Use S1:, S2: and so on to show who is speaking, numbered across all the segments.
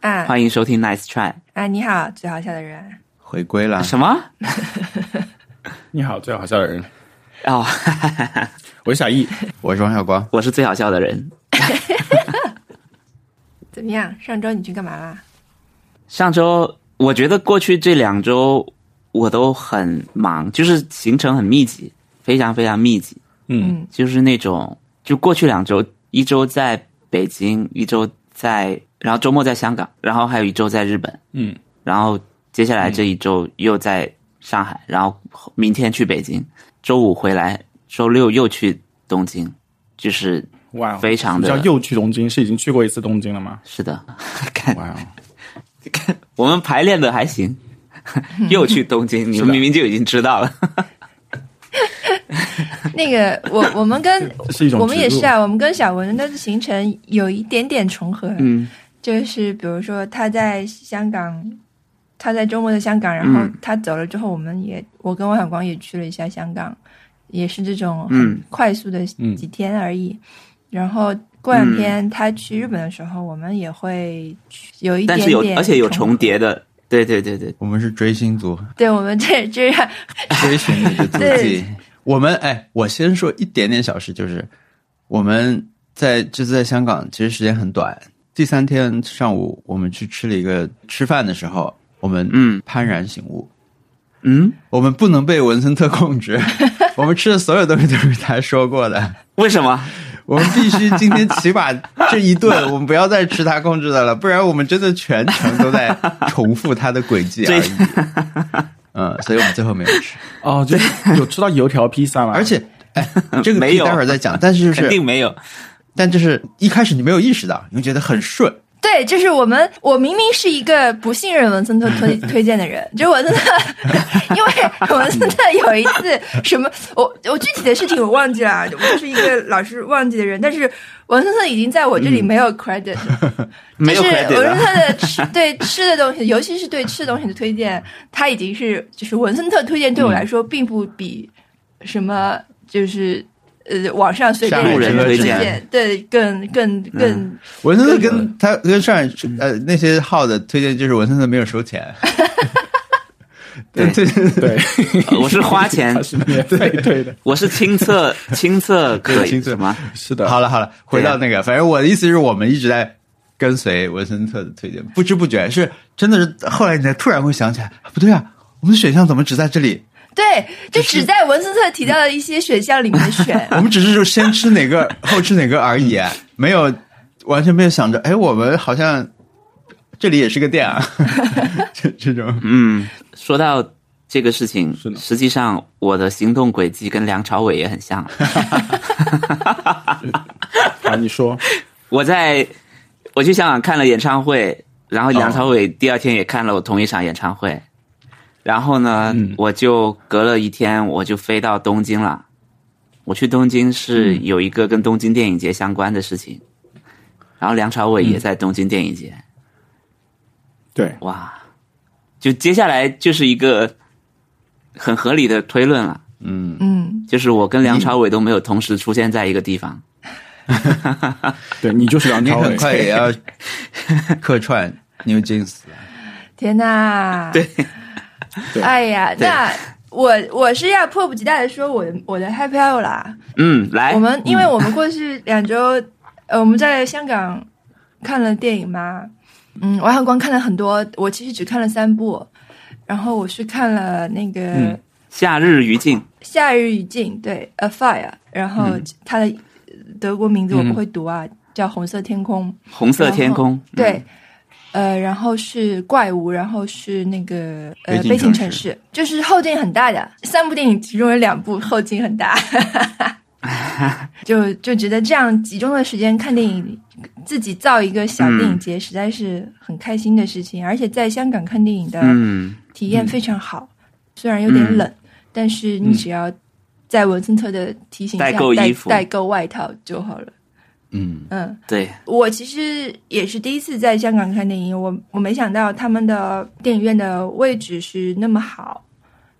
S1: 啊
S2: 欢迎收听 Nice Try。
S1: 啊！你好，最好笑的人。
S3: 回归
S4: 啊
S3: 啦，
S2: 什么？
S4: 你好，最好笑的人，
S2: 哦，
S4: 我是小易。
S3: 我是王小光。
S2: 我是最好笑的人。
S1: 怎么样？上周你去干嘛啦？
S2: 上周我觉得过去这两周我都很忙，就是行程很密集，非常非常密集，
S4: 嗯，
S2: 就是那种就过去两周，一周在北京，一周在，然后周末在香港，然后还有一周在日本，
S4: 嗯，
S2: 然后接下来这一周又在上海，然后明天去北京，周五回来，周六又去东京，就是
S4: 哇哦，
S2: 非常的
S4: 什么叫又去东京，是已经去过一次东京了吗？
S2: 是的， 看
S4: 哇哦，
S2: 我们排练的还行， 又去东京，你们
S4: 是的
S2: 明明就已经知道了。
S1: 嗯那 个，我我们跟
S4: 这是一种
S1: 我们也
S4: 植入
S1: 是啊，我们跟小文的行程有一点点重合。
S2: 嗯，
S1: 就是比如说他在香港，他在周末在香港，然后
S2: 嗯
S1: 他走了之后，我们也我跟王小光也去了一下香港，也是这种
S2: 嗯
S1: 很快速的
S4: 嗯
S1: 几天而已。然后过
S2: 嗯
S1: 两天他去日本的时候，我们也会去有一点
S2: 但
S1: 点
S2: 是有而且有重
S1: 叠。
S2: 叠的，对对对对，
S3: 我们是追星族，
S1: 对我们这这样
S3: 追寻你的足迹
S1: 对。
S3: 我们哎，我先说一点点小事，就是我们在这次在香港，其实时间很短。第三天上午，我们去吃了一个吃饭的时候，我们
S2: 嗯
S3: 幡然醒悟，
S2: 嗯，
S3: 我们不能被文森特控制，我们吃的所有东西都是他说过的。
S2: 为什么？
S3: 我们必须今天起码这一顿，我 们不要再吃他控制的了，不然我们真的全程都在重复他的轨迹而已。 嗯，所以我们最后没有 吃，
S4: 哦，就有吃到油条披萨吗？
S3: 而且。哎，这个可
S2: 没
S3: 以
S2: 有
S3: 待会儿再讲，但是就
S2: 肯
S3: 是，
S2: 定没有。
S3: 但就是一开始你没有意识到，你会觉得很顺，
S1: 对，就是我们，我明明是一个不信任文森特 推推荐的人，就是文森特，因为文森特有一次什么，我我具体的事情我忘记了，啊我就是一个老是忘记的人，但是文森特已经在我这里没有 credit，、
S2: 没有
S1: 就是
S2: credit 啊
S1: 文森特
S2: 了，
S1: 的吃对吃的东西，尤其是对吃的东西的推荐，他已经是就是文森特推荐对我来说，并不比什么就是呃网上随便
S3: 上
S2: 路人
S1: 推
S2: 推荐
S1: 荐对更更更。
S2: 嗯
S3: 文森特跟他跟上海呃那些号的推荐就是文森特没有收钱，
S2: 对
S3: 对对
S4: 对，
S2: 呃我是花钱
S4: 它，是免费 对的，
S2: 我是亲测亲 测可
S3: 对
S2: 以
S3: 亲测
S2: 什么？
S4: 是的。
S3: 好了好了，回到那个，反正我的意思是我们一直在跟随文森特的推荐，不知不觉是真的是后来你才突然会想起来，啊不对啊，我们的选项怎么只在这里？。
S1: 对，就只在文森特提到的一些选项里面选
S3: 我们只是说先吃哪个后吃哪个而已，啊 没有完全没有想着，哎，我们好像这里也是个店 啊，这这种
S2: 嗯，说到这个事情
S4: 是，的
S2: 实际上我的行动轨迹跟梁朝伟也很像。
S4: 好，啊你说，
S2: 我在我去香港看了演唱会，然后梁
S3: 哦
S2: 朝伟第二天也看了我同一场演唱会，然后呢，
S4: 嗯
S2: 我就隔了一天我就飞到东京了。我去东京是有一个跟东京电影节相关的事情，然后梁朝伟也在东京电影节，
S4: 对，
S2: 哇，就接下来就是一个很合理的推论了，
S3: 嗯，
S1: 嗯，
S2: 就是我跟梁朝伟都没有同时出现在一个地方。
S4: 对你就是梁
S3: 你
S4: 朝
S3: 很
S4: 伟，
S3: 快也要客串 New Jeans，
S1: 天哪！对，
S4: 对
S1: 哎呀，
S2: 对
S1: 那我我是要迫不及待的说我的我的 happy hour 啦。
S2: 嗯，来，
S1: 我们因为我们过去两周，呃，我们在香港看了电影嘛，嗯，王小光看了很多，我其实只看了三部，然后我是看了那个。
S4: 嗯
S2: 夏日余烬，
S1: 夏日语境，对，A Fire，然后它的德国名字我不会读啊，叫红色天空，
S2: 红色天空，
S1: 对，呃，然后是怪物，然后是那个呃
S3: 北京
S1: 北京
S3: 城
S1: 城
S3: 市
S1: 市，就是后劲很大的三部电影，其中有两部后劲很 大， 就就觉得这样集中的时间看电影，自己造一个小电
S2: 嗯
S1: 影节，实在是很开心的事情，而且在香港看电影的
S2: 嗯。嗯嗯
S1: 体验非常好，虽然有点冷，但是你只要在文森特的提醒下
S2: 代购衣服
S1: 代代购外套就好了。
S3: 嗯，
S1: 嗯，
S2: 对，
S1: 我其实也是第一次在香港看电影，我我没想到他们的电影院的位置是那么好，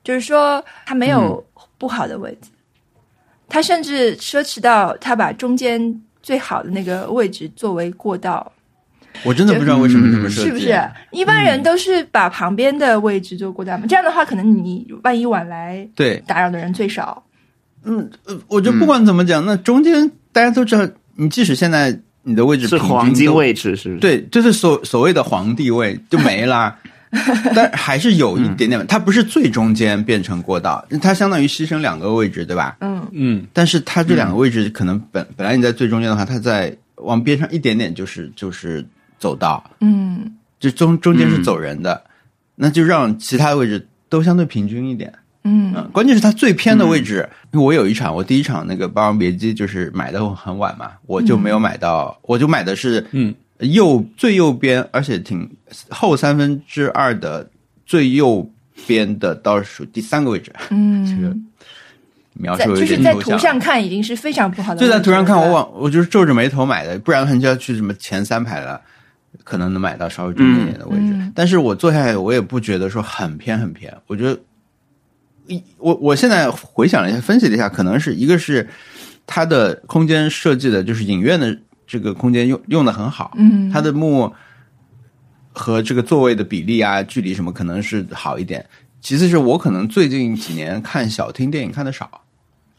S1: 就是说它没有
S3: 嗯
S1: 不好的位置，它甚至奢侈到它把中间最好的那个位置作为过道，
S3: 我真的不知道为什么这么设计，嗯
S1: 是不是？一般人都是把旁边的位置就过大门，这样的话，可能你万一晚来，
S3: 对，
S1: 打扰的人最少。
S3: 嗯，呃我就不管怎么讲，那中间大家都知道，你即使现在你的位置
S2: 是
S3: 平均
S2: 黄金
S3: 都
S2: 位置，是不是？，
S3: 对，就是所所谓的皇帝位就没啦， 但还是有
S2: 嗯
S3: 一点点，它不是最中间变成过道，它相当于牺牲两个位置，对吧？
S1: 嗯，
S4: 嗯，
S3: 但是它这两个位置可能本、本来你在最中间的话，它在往边上一点点就是就是走道，
S1: 嗯
S3: 就中中间是走人的，那就让其他位置都相对平均一点。
S1: 嗯
S3: 嗯，关键是它最偏的位置，因为我有一场，我第一场那个《霸王别姬》就是买的很晚嘛，我就没有买到，我就买的是
S4: 嗯
S3: 右最右边，而且挺后三分之二的最右边的倒数第三个位置，
S1: 嗯，
S3: 描
S1: 在
S3: 啊述有
S1: 就
S3: 一
S1: 是
S3: 点
S1: 在
S3: 抽
S1: 图
S3: 象。
S1: 上看已经是非常不好的位
S3: 就
S1: 置
S3: 在
S1: 了。
S3: 图上看，我
S1: 对吧
S3: 往我就是皱着眉头买的，不然很就要去什么前三排了，可能能买到稍微中间一点的位置。
S1: 嗯
S3: 但是我坐下来，我也不觉得说很偏很偏，我觉得，一我我现在回想了一下，分析了一下，可能是一个是它的空间设计的，就是影院的这个空间用用的很好，
S1: 嗯
S3: 它的幕和这个座位的比例啊、距离什么可能是好一点。其次是我可能最近几年看小厅电影看的少，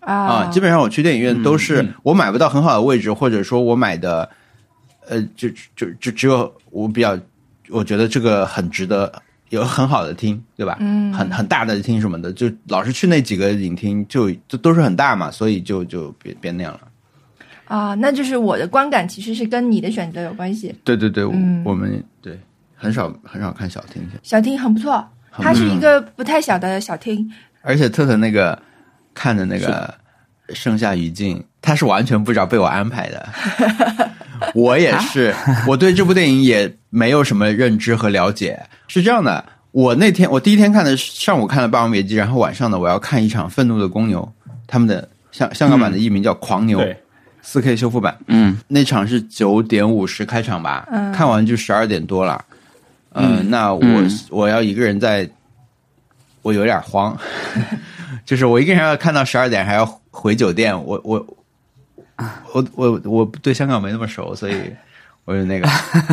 S3: 啊，
S1: 啊，
S3: 基本上我去电影院都是我买不到很好的位置，或者说我买的，呃，就就就只有我比较，我觉得这个很值得有很好的厅，对吧？
S1: 嗯
S3: 很很大的厅什么的，就老是去那几个影厅就，就都是很大嘛，所以就就别别那样了。
S1: 啊，那就是我的观感其实是跟你的选择有关系。
S3: 对对对，我
S1: 嗯
S3: 我们对很少很少看小厅去，
S1: 小厅很不错，
S3: 很不错嗯
S1: 它是一个不太小的小厅，
S3: 而且特特那个看的那个《盛夏余烬》，他是完全不知道被我安排的。我也是，我对这部电影也没有什么认知和了解。是这样的，我那天我第一天看的是上午看了《霸王别姬》，然后晚上呢我要看一场《愤怒的公牛》，他们的香香港版的译名叫《狂牛》
S4: 对，
S3: 四 K 修复版。
S2: 嗯，
S3: 那场是九点五十开场吧，
S1: 嗯
S3: 看完就十二点多了。呃、嗯，那我、
S2: 嗯
S3: 我要一个人在，我有点慌， 就是我一个人要看到十二点还要回酒店，我我我我我对香港没那么熟，所以我就那个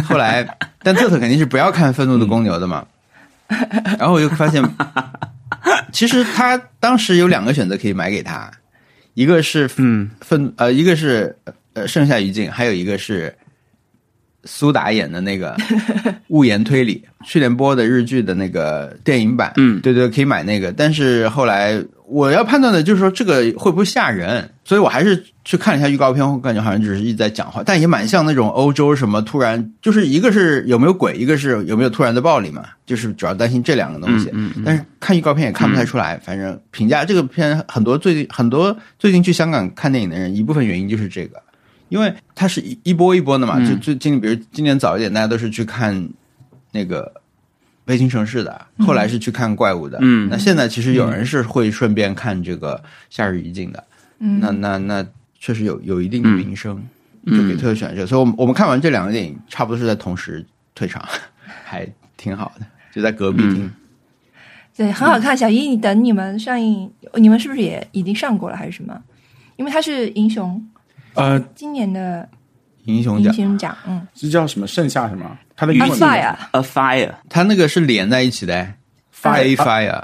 S3: 后来，但特特肯定是不要看《愤怒的公牛》的嘛。然后我就发现，其实他当时有两个选择可以买给他，一个是
S2: 嗯
S3: 愤呃，一个是呃盛夏余烬，还有一个是苏打演的那个物言推理，去年播的日剧的那个电影版，
S2: 嗯
S3: 对对，可以买那个。但是后来我要判断的就是说这个会不会吓人，所以我还是去看了一下预告片，我感觉好像只是一直在讲话，但也蛮像那种欧洲什么突然，就是一个是有没有鬼，一个是有没有突然的暴力嘛，就是主要担心这两个东西。
S2: 嗯嗯
S3: 但是看预告片也看不太出来，反正评价这个片很多最近很多最近去香港看电影的人，一部分原因就是这个，因为它是一一波一波的嘛，就最近比如今年早一点，大家都是去看那个《悲情城市》的，后来是去看怪物的，
S2: 嗯
S3: 那现在其实有人是会顺便看这个《夏日余烬》的，
S1: 嗯
S3: 那那那确实有有一定的名声，就给特选这个，所以我们我们看完这两个电影，差不多是在同时退场， 还挺好的，就在隔壁厅。
S1: 对，很
S3: 嗯
S1: 好看。小一，你等你们上映，你们是不是也已经上过了还是什么？因为它是英雄
S4: 呃，
S1: 今年的
S3: 英雄
S1: 英
S3: 奖，
S1: 雄奖，嗯
S4: 这叫什么？盛夏什么？它的英
S1: ，A
S4: 文是什么
S1: Fire
S2: ，A Fire，
S3: 它那个是连在一起的哎，fire fire。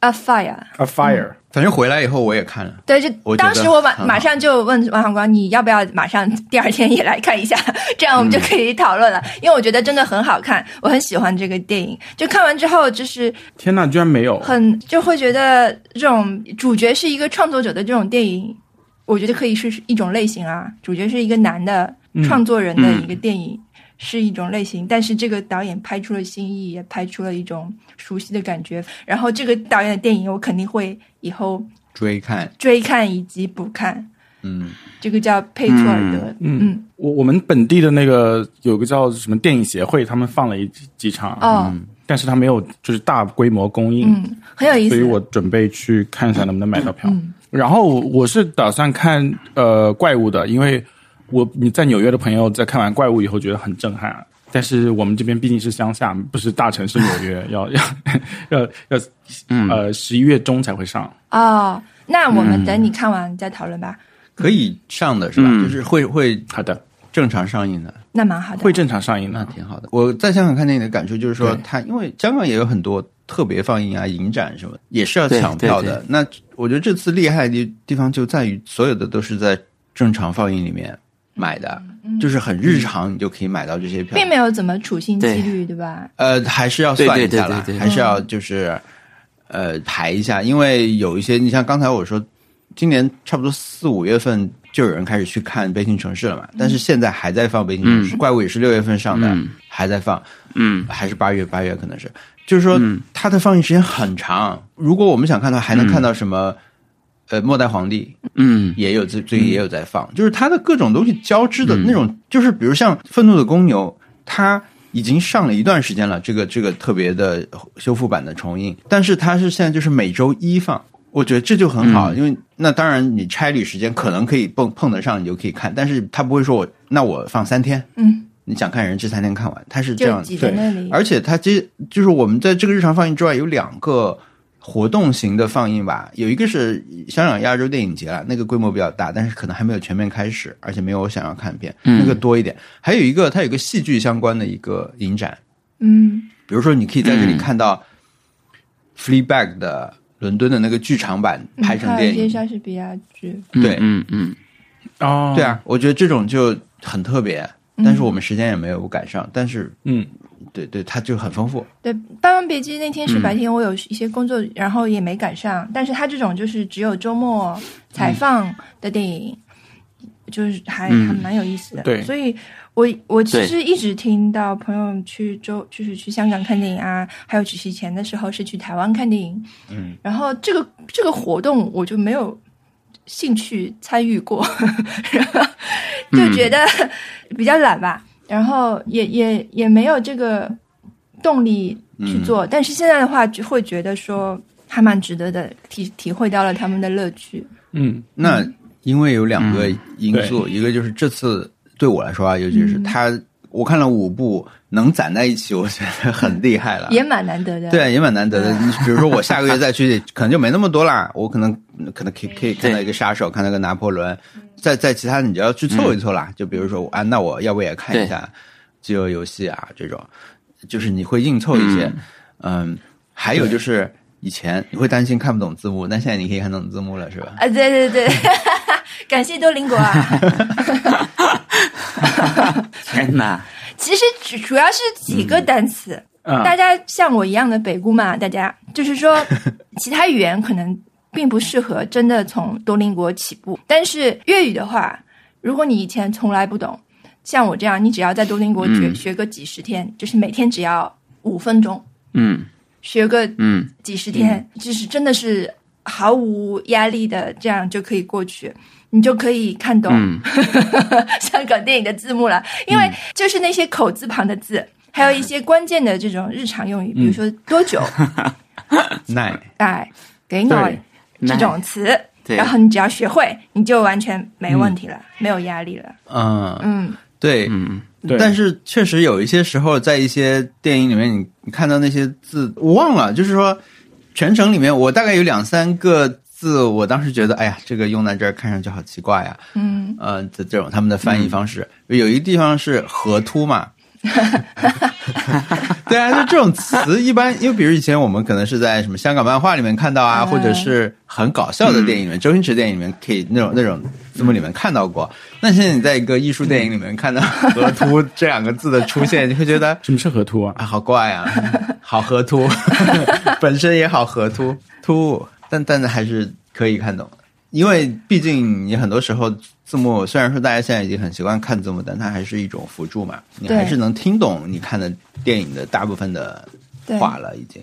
S1: A Fire。
S4: A Fire，
S3: 反正回来以后我也看了，
S1: 对，就
S3: 我觉得
S1: 当时我马
S3: 很好
S1: 马上就问王小光，你要不要马上第二天也来看一下？ 这样我
S3: 嗯
S1: 们就可以讨论了，因为我觉得真的很好看，我很喜欢这个电影。就看完之后，就是
S4: 天呐，居然没有！
S1: 很就会觉得这种主角是一个创作者的这种电影，我觉得可以是一种类型啊。主角是一个男的
S4: 嗯
S1: 创作人的一个电影。是一种类型，但是这个导演拍出了新意，也拍出了一种熟悉的感觉。然后这个导演的电影，我肯定会以后
S3: 追看，
S1: 追看以及补看。
S3: 嗯，
S1: 这个叫佩托尔德，嗯
S4: 我我们本地的那个有个叫什么电影协会，他们放了一几场，
S1: 哦，
S4: 但是他没有就是大规模供应，
S1: 嗯，很有意
S4: 所以
S1: 思。嗯
S4: 我准备去看一下能不能买到票。然后我是打算看呃怪物的，因为我你在纽约的朋友在看完怪物以后觉得很震撼，但是我们这边毕竟是乡下，不是大城市纽约，要 要要要
S3: 嗯
S4: 呃十一月中才会上。
S1: 哦，
S4: 嗯
S1: 那我们等你看完再讨论吧。
S3: 可以上的是吧？就是会会
S4: 好的，
S3: 正常上映的，
S1: 那蛮好的。
S4: 会正常上映
S3: 那
S4: 的。
S3: 挺好的。我在香港看电影的感触就是说，
S2: 对
S3: 它因为香港也有很多特别放映啊、影展什么的，也是要抢票
S2: 对对
S3: 的。那我觉得这次厉害的地方就在于，所有的都是在正常放映里面买的，就是很日常，你就可以买到这些票。
S1: 并没有怎么处心积
S2: 对
S1: 虑，对吧？
S3: 呃，还是要算一下啦，
S2: 对对对对对
S3: 还是要就是呃排一下，因为有一些，你像刚才我说，今年差不多四五月份就有人开始去看《悲情城市》了嘛，但是现在还在放《悲情城市》怪物也是六月份上的，
S2: 嗯
S3: 还在放，呃
S2: 嗯，
S3: 还是八月，八月可能是，就是说它的放映时间很长。如果我们想看到，还能看到什么？呃，末代皇帝
S2: 嗯，
S3: 也有最最近也有在放，就是它的各种东西交织的那种，就是比如像《愤怒的公牛》，它已经上了一段时间了，这个这个特别的修复版的重映，但是它是现在就是每周一放。我觉得这就很好，因为那当然你差旅时间可能可以碰碰得上，你就可以看，但是他不会说我那我放三天，
S1: 嗯，
S3: 你想看人这三天看完，他是这
S1: 就
S3: 样
S1: 挤在那里。
S3: 而且它这就是我们在这个日常放映之外有两个活动型的放映吧，有一个是香港亚洲电影节了，那个规模比较大，但是可能还没有全面开始，而且没有我想要看的片，
S1: 嗯
S3: 那个多一点。还有一个它有一个戏剧相关的一个影展，
S1: 嗯
S3: 比如说你可以在这里看到《Fleabag》的伦敦的那个剧场版
S1: 嗯，
S3: 拍成
S1: 还有
S3: 电
S1: 一些
S3: 影，
S1: 莎士比亚剧，
S3: 对
S2: 嗯嗯
S4: 哦，
S3: 对，啊，我觉得这种就很特别，但
S1: 嗯
S3: 是我们时间也没有赶上，但是
S4: 嗯，
S3: 对对，它就很丰富。
S1: 对，《霸王别姬》那天是
S3: 嗯
S1: 白天，我有一些工作，然后也没赶上。但是他这种就是只有周末
S3: 嗯
S1: 才放的电影，就是还、
S2: 嗯
S1: 还蛮有意思的。
S4: 对
S1: 所以我我其
S2: 对
S1: 实一直听到朋友去周就是去香港看电影啊，还有只是以前的时候是去台湾看电影，
S3: 嗯，
S1: 然后这个这个活动我就没有兴趣参与过， 然后就觉得比较懒吧，然后也也也没有这个动力去做。但是现在的话，就会觉得说还蛮值得的，体体会到了他们的乐趣。
S4: 嗯，
S3: 那因为有两个因素，一个就是这次对我来说啊，尤其
S1: 嗯
S3: 是他，我看了五部能攒在一起，我觉得很厉害了。
S1: 嗯也蛮难得的。嗯
S3: 对，也蛮难得的。你比如说，我下个月再去，可能就没那么多啦。我可能可能可以可以看到一个杀手，看到一个拿破仑，
S1: 嗯
S3: 在在其他你就要去凑一凑啦。就比如说，啊，那我要不也看一下《饥饿游戏》啊这种，就是你会硬凑一些。嗯，还有就是以前你会担心看不懂字幕，但现在你可以看懂字幕了，是吧？
S1: 啊，对对对， 感谢多邻国啊。
S2: 天哪，
S1: 其实主主要是几
S2: 嗯
S1: 个单词，
S4: 啊
S1: 大家像我一样的北姑嘛，大家就是 说，其他语言可能并不适合真的从多邻国起步，但是粤语的话，如果你以前从来不懂，像我这样，你只要在多邻国学、
S2: 嗯
S1: 学个几十天，就是每天只要五分钟，
S2: 嗯
S1: 学个
S2: 嗯
S1: 几十天，就是真的是毫无压力的，这样就可以过去，你就可以看懂、
S2: 嗯
S1: 香港电影的字幕了，因为就是那些口字旁的字，还有一些关键的这种日常用语，比
S2: 嗯
S1: 如说多 久、
S3: 耐。
S1: 哎、给我
S4: 对
S1: 这种词，
S2: 对
S1: 然后你只要学会，你就完全没问题了，没有压力
S2: 啊
S1: 了。
S3: 嗯，
S1: 嗯，
S3: 对，
S2: 嗯，
S4: 对，
S3: 但是确实有一些时候，在一些电影里面，你你看到那些字，我忘了，就是说全程里面，我大概有两三个字，我当时觉得，哎呀，这个用在这儿看上去好奇怪呀、
S1: 嗯，
S3: 呃，这这种他们的翻译方式，有一个地方是河 突嘛。对啊，就这种词一般，因为比如以前我们可能是在什么香港漫画里面看到啊，
S1: 嗯
S3: 或者是很搞笑的电影里面，周星驰电影里面可以那种那种字幕里面看到过。那现在你在一个艺术电影里面看到“
S1: 嗯
S3: 河突”这两个字的出 现，你会觉得
S4: 什么是河图啊？
S3: 啊，好怪啊，好河突， 本身也好河突突兀，但但还是可以看懂的，因为毕竟你很多时候字幕虽然说大家现在已经很习惯看字幕，但它还是一种辅助嘛，你
S1: 对
S3: 还是能听懂你看的电影的大部分的
S1: 对
S3: 话了，已经。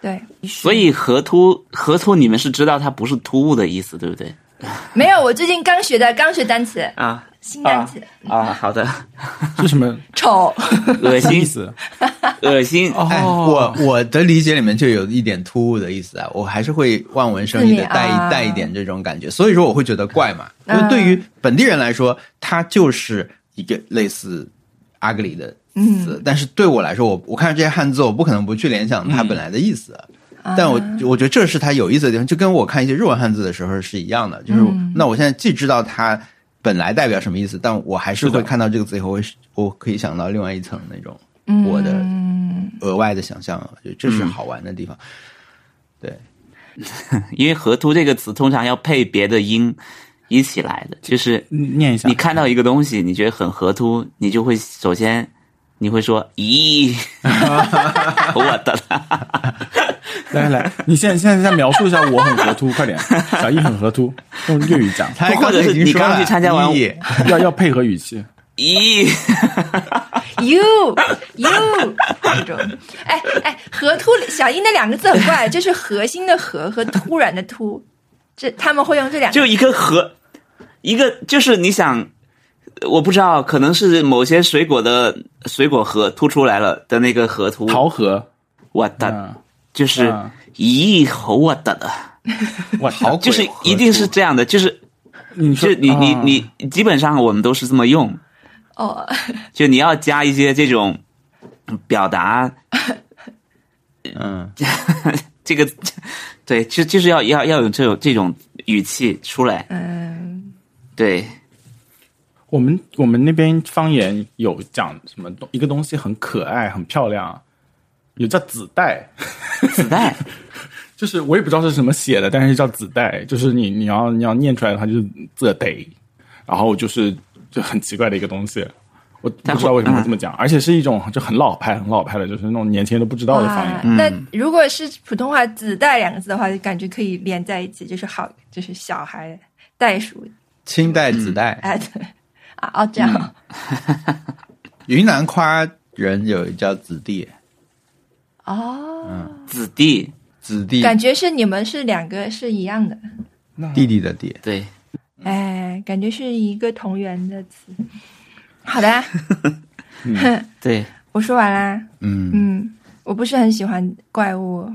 S1: 对，
S2: 所以河突河突，你们是知道它不是突兀的意思，对不对？
S1: 没有，我最近刚学的，刚学单词，
S2: 啊
S1: 新单词，
S2: 啊，好的，
S4: 是什 么
S1: 丑，
S2: 恶
S4: 意
S2: 心
S4: 思？哦
S2: 恶心，
S3: 哎，我我的理解里面就有一点突兀的意思啊，我还是会望文生义的带一
S1: 字面啊
S3: 带一点这种感觉，所以说我会觉得怪嘛，因
S1: 嗯
S3: 为对于本地人来说，它就是一个类似 ugly 的词，
S1: 嗯
S3: 但是对我来说，我我看这些汉字，我不可能不去联想它本来的意思。
S1: 啊
S3: 但我我觉得这
S1: 嗯
S3: 是它有意思的地方，就跟我看一些日文汉字的时候是一样的，就是、那我现在既知道它本来代表什么意思，但我还是
S4: 是的
S3: 会看到这个字以后，我会我可以想到另外一层那种
S1: 嗯
S3: 我的额外的想象，我觉得这是好玩的地方。对，
S2: 因为河图这个词通常要配别的音一起来的，就是
S4: 念一下
S2: 你看到一个东西，你觉得很河图，你就会首先你会说咦， 我的啦，
S4: 来来，你现在现在再描述一下我很河图，快点，小易很河图，用粤语讲，
S3: 他
S2: 哎或者是
S3: 刚才已经
S2: 你
S3: 说了
S2: 刚去参加完
S3: 咦
S4: 要要配合语气。
S2: 咦，
S1: you you 这种，哎哎，河突小英那两个字很怪，就是核心的核和突然的突，这他们会用 这两个
S2: 就一个河，一个就是你想，我不知道，可能是某些水果的水果核突出来了的那个河图，
S4: 桃核，
S2: 我的
S4: 嗯，
S2: 就是
S4: 嗯
S2: 咦，我的了，
S4: 我
S3: 好鬼
S2: 就是
S3: 何
S2: 一定
S3: 处
S2: 是这样的，就是
S4: 你
S2: 就
S4: 说
S2: 你你
S4: 啊
S2: 你，基本上我们都是这么用。
S1: 哦，
S2: 就你要加一些这种表达，
S3: 嗯，
S2: 这个 对，就就是要要要有这种这种语气出来。
S1: 嗯，
S2: 对，
S4: 我们我们那边方言有讲什么东一个东西很可爱很漂亮，有叫子带，
S2: 子弹
S4: 就是我也不知道是什么写的，但是叫子带，就是你你要你要念出来的话就是这得，然后就是就很奇怪的一个东西。我不知道为什
S2: 嗯
S4: 么会这么讲，而且是一种就很老派、很老派的，就是那种年轻人都不知道的方
S1: 哇，
S4: 言。
S1: 那如果是普通话“子代”两个字的话，就感觉可以连在一起，就是好，就是小孩袋鼠
S3: 清代子代，
S1: 哎 对啊哦这样。
S3: 云南夸人有叫子弟，
S1: 哦，
S2: 子弟，
S3: 子弟
S1: 感觉是你们是两个是一样的，
S3: 弟弟的弟，
S2: 对，
S1: 哎，感觉是一个同源的词。好的，
S2: 对，
S1: 我说完啦。
S3: 嗯，
S1: 嗯，我不是很喜欢怪物，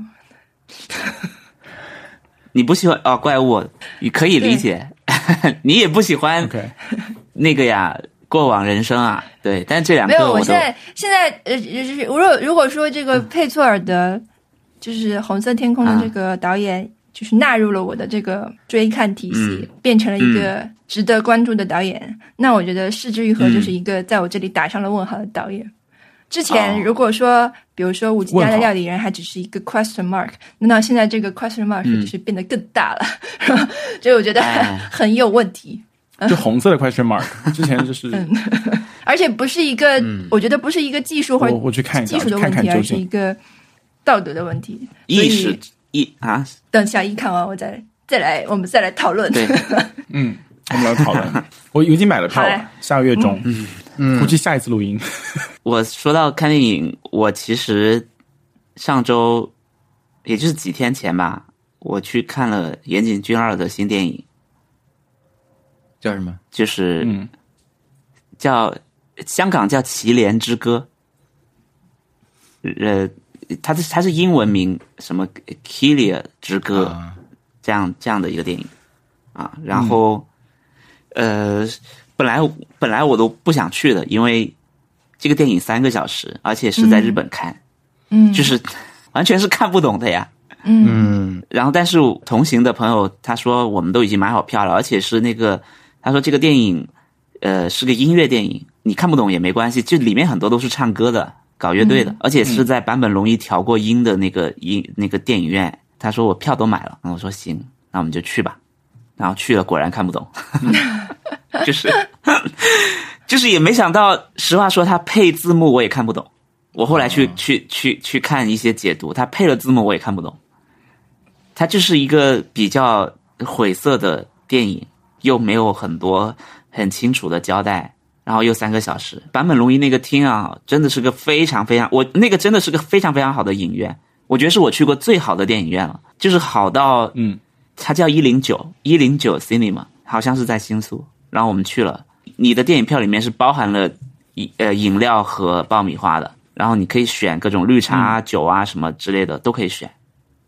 S2: 你不喜欢哦，怪物，你可以理解， 你也不喜欢
S4: OK，
S2: 那个呀，过往人生啊，对，但这两
S1: 没
S2: 个
S1: 有。我
S2: 我都嗯
S1: 现在现在呃，就是如果如果说这个佩措尔德，就是《红色天空》的这个导演，就是纳入了我的这个追看体
S2: 嗯
S1: 系，变成了一个值得关注的导演，那我觉得《失之愈
S2: 嗯
S1: 合》就是一个在我这里打上了问号的导演。之前
S2: 哦
S1: 如果说，比如说《五级家
S4: 问
S1: 的
S4: 号
S1: 料理人》还只是一个 question mark，那到现在这个 question mark
S2: 嗯
S1: 就是变得更大了， 所以我觉得
S2: 哎
S1: 很有问题。
S4: 就红色的 question mark，之前 就是
S1: 嗯而且不是一个，
S2: 嗯
S1: 我觉得不是一个技术或
S4: 我
S1: 者
S4: 我去看一下，
S1: 技术的
S4: 看
S1: 问
S4: 看
S1: 题，
S4: 究
S1: 而是一
S4: 竟。
S1: 个道德的问题。所
S2: 意
S1: 以
S2: 识意啊，
S1: 等小一看完，我再再来，我们再来讨论。
S2: 对
S4: 嗯，我们来讨 论。我已经买了票
S1: 好嘞
S4: 了，下个月中，嗯，估计下一次录音。
S2: 我说到看电影，我其实上周也就是几天前吧，我去看了岩井俊二的新电影，
S3: 叫什么？
S2: 就是
S4: 嗯
S2: 叫香港叫《祁连之歌》，呃，它是它是英文名什么《Kilia 之歌》
S3: 啊嗯
S2: 这样这样的一个电影啊，然后、呃，本来本来我都不想去的，因为这个电影三个小时，而且是在日本看，
S1: 嗯
S2: 就是完全是看不懂的呀。
S1: 嗯
S3: 嗯，
S2: 然后，但是同行的朋友他说我们都已经买好票了，而且是那个他说这个电影，呃，是个音乐电影，你看不懂也没关系，就里面很多都是唱歌的，搞乐队的，而且是在坂本龙一调过音的那个音那个电影院。他说我票都买了，我说行，那我们就去吧。然后去了，果然看不懂，就是 就是也没想到，实话说他配字幕我也看不懂。我后来去去去去看一些解读，他配了字幕我也看不懂。它就是一个比较晦涩的电影，又没有很多很清楚的交代，然后又三个小时。坂本龙一那个厅啊，真的是个非常非常，我那个真的是个非常非常好的影院，我觉得是我去过最好的电影院了，就是好到
S4: 嗯，
S2: 它叫一零九一零九 Cinema，好像是在新宿，然后我们去了，你的电影票里面是包含了饮呃饮料和爆米花的，然后你可以选各种绿茶啊、
S4: 嗯
S2: 酒啊什么之类的都可以选。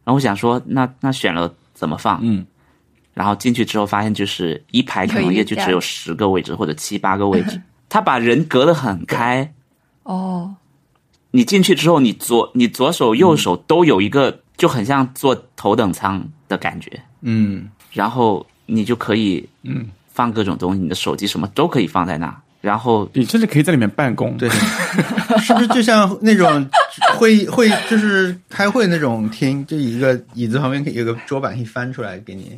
S2: 然后我想说，那那选了怎么放？
S4: 嗯，
S2: 然后进去之后发现，就是一排可能也就只有十个位置或者七八个位置，他把人隔得很开。
S1: 哦，
S2: 你进去之后，你左你左手右手
S4: 嗯
S2: 都有一个，就很像坐头等舱的感觉。
S3: 嗯，
S2: 然后你就可以嗯放各种东西，你的手机什么都可以放在那。然后
S4: 你甚至可以在里面办 公。
S3: 对，是不是就像那种 会议会就是开会那种厅，就一个椅子旁边有个桌板可以翻出来给你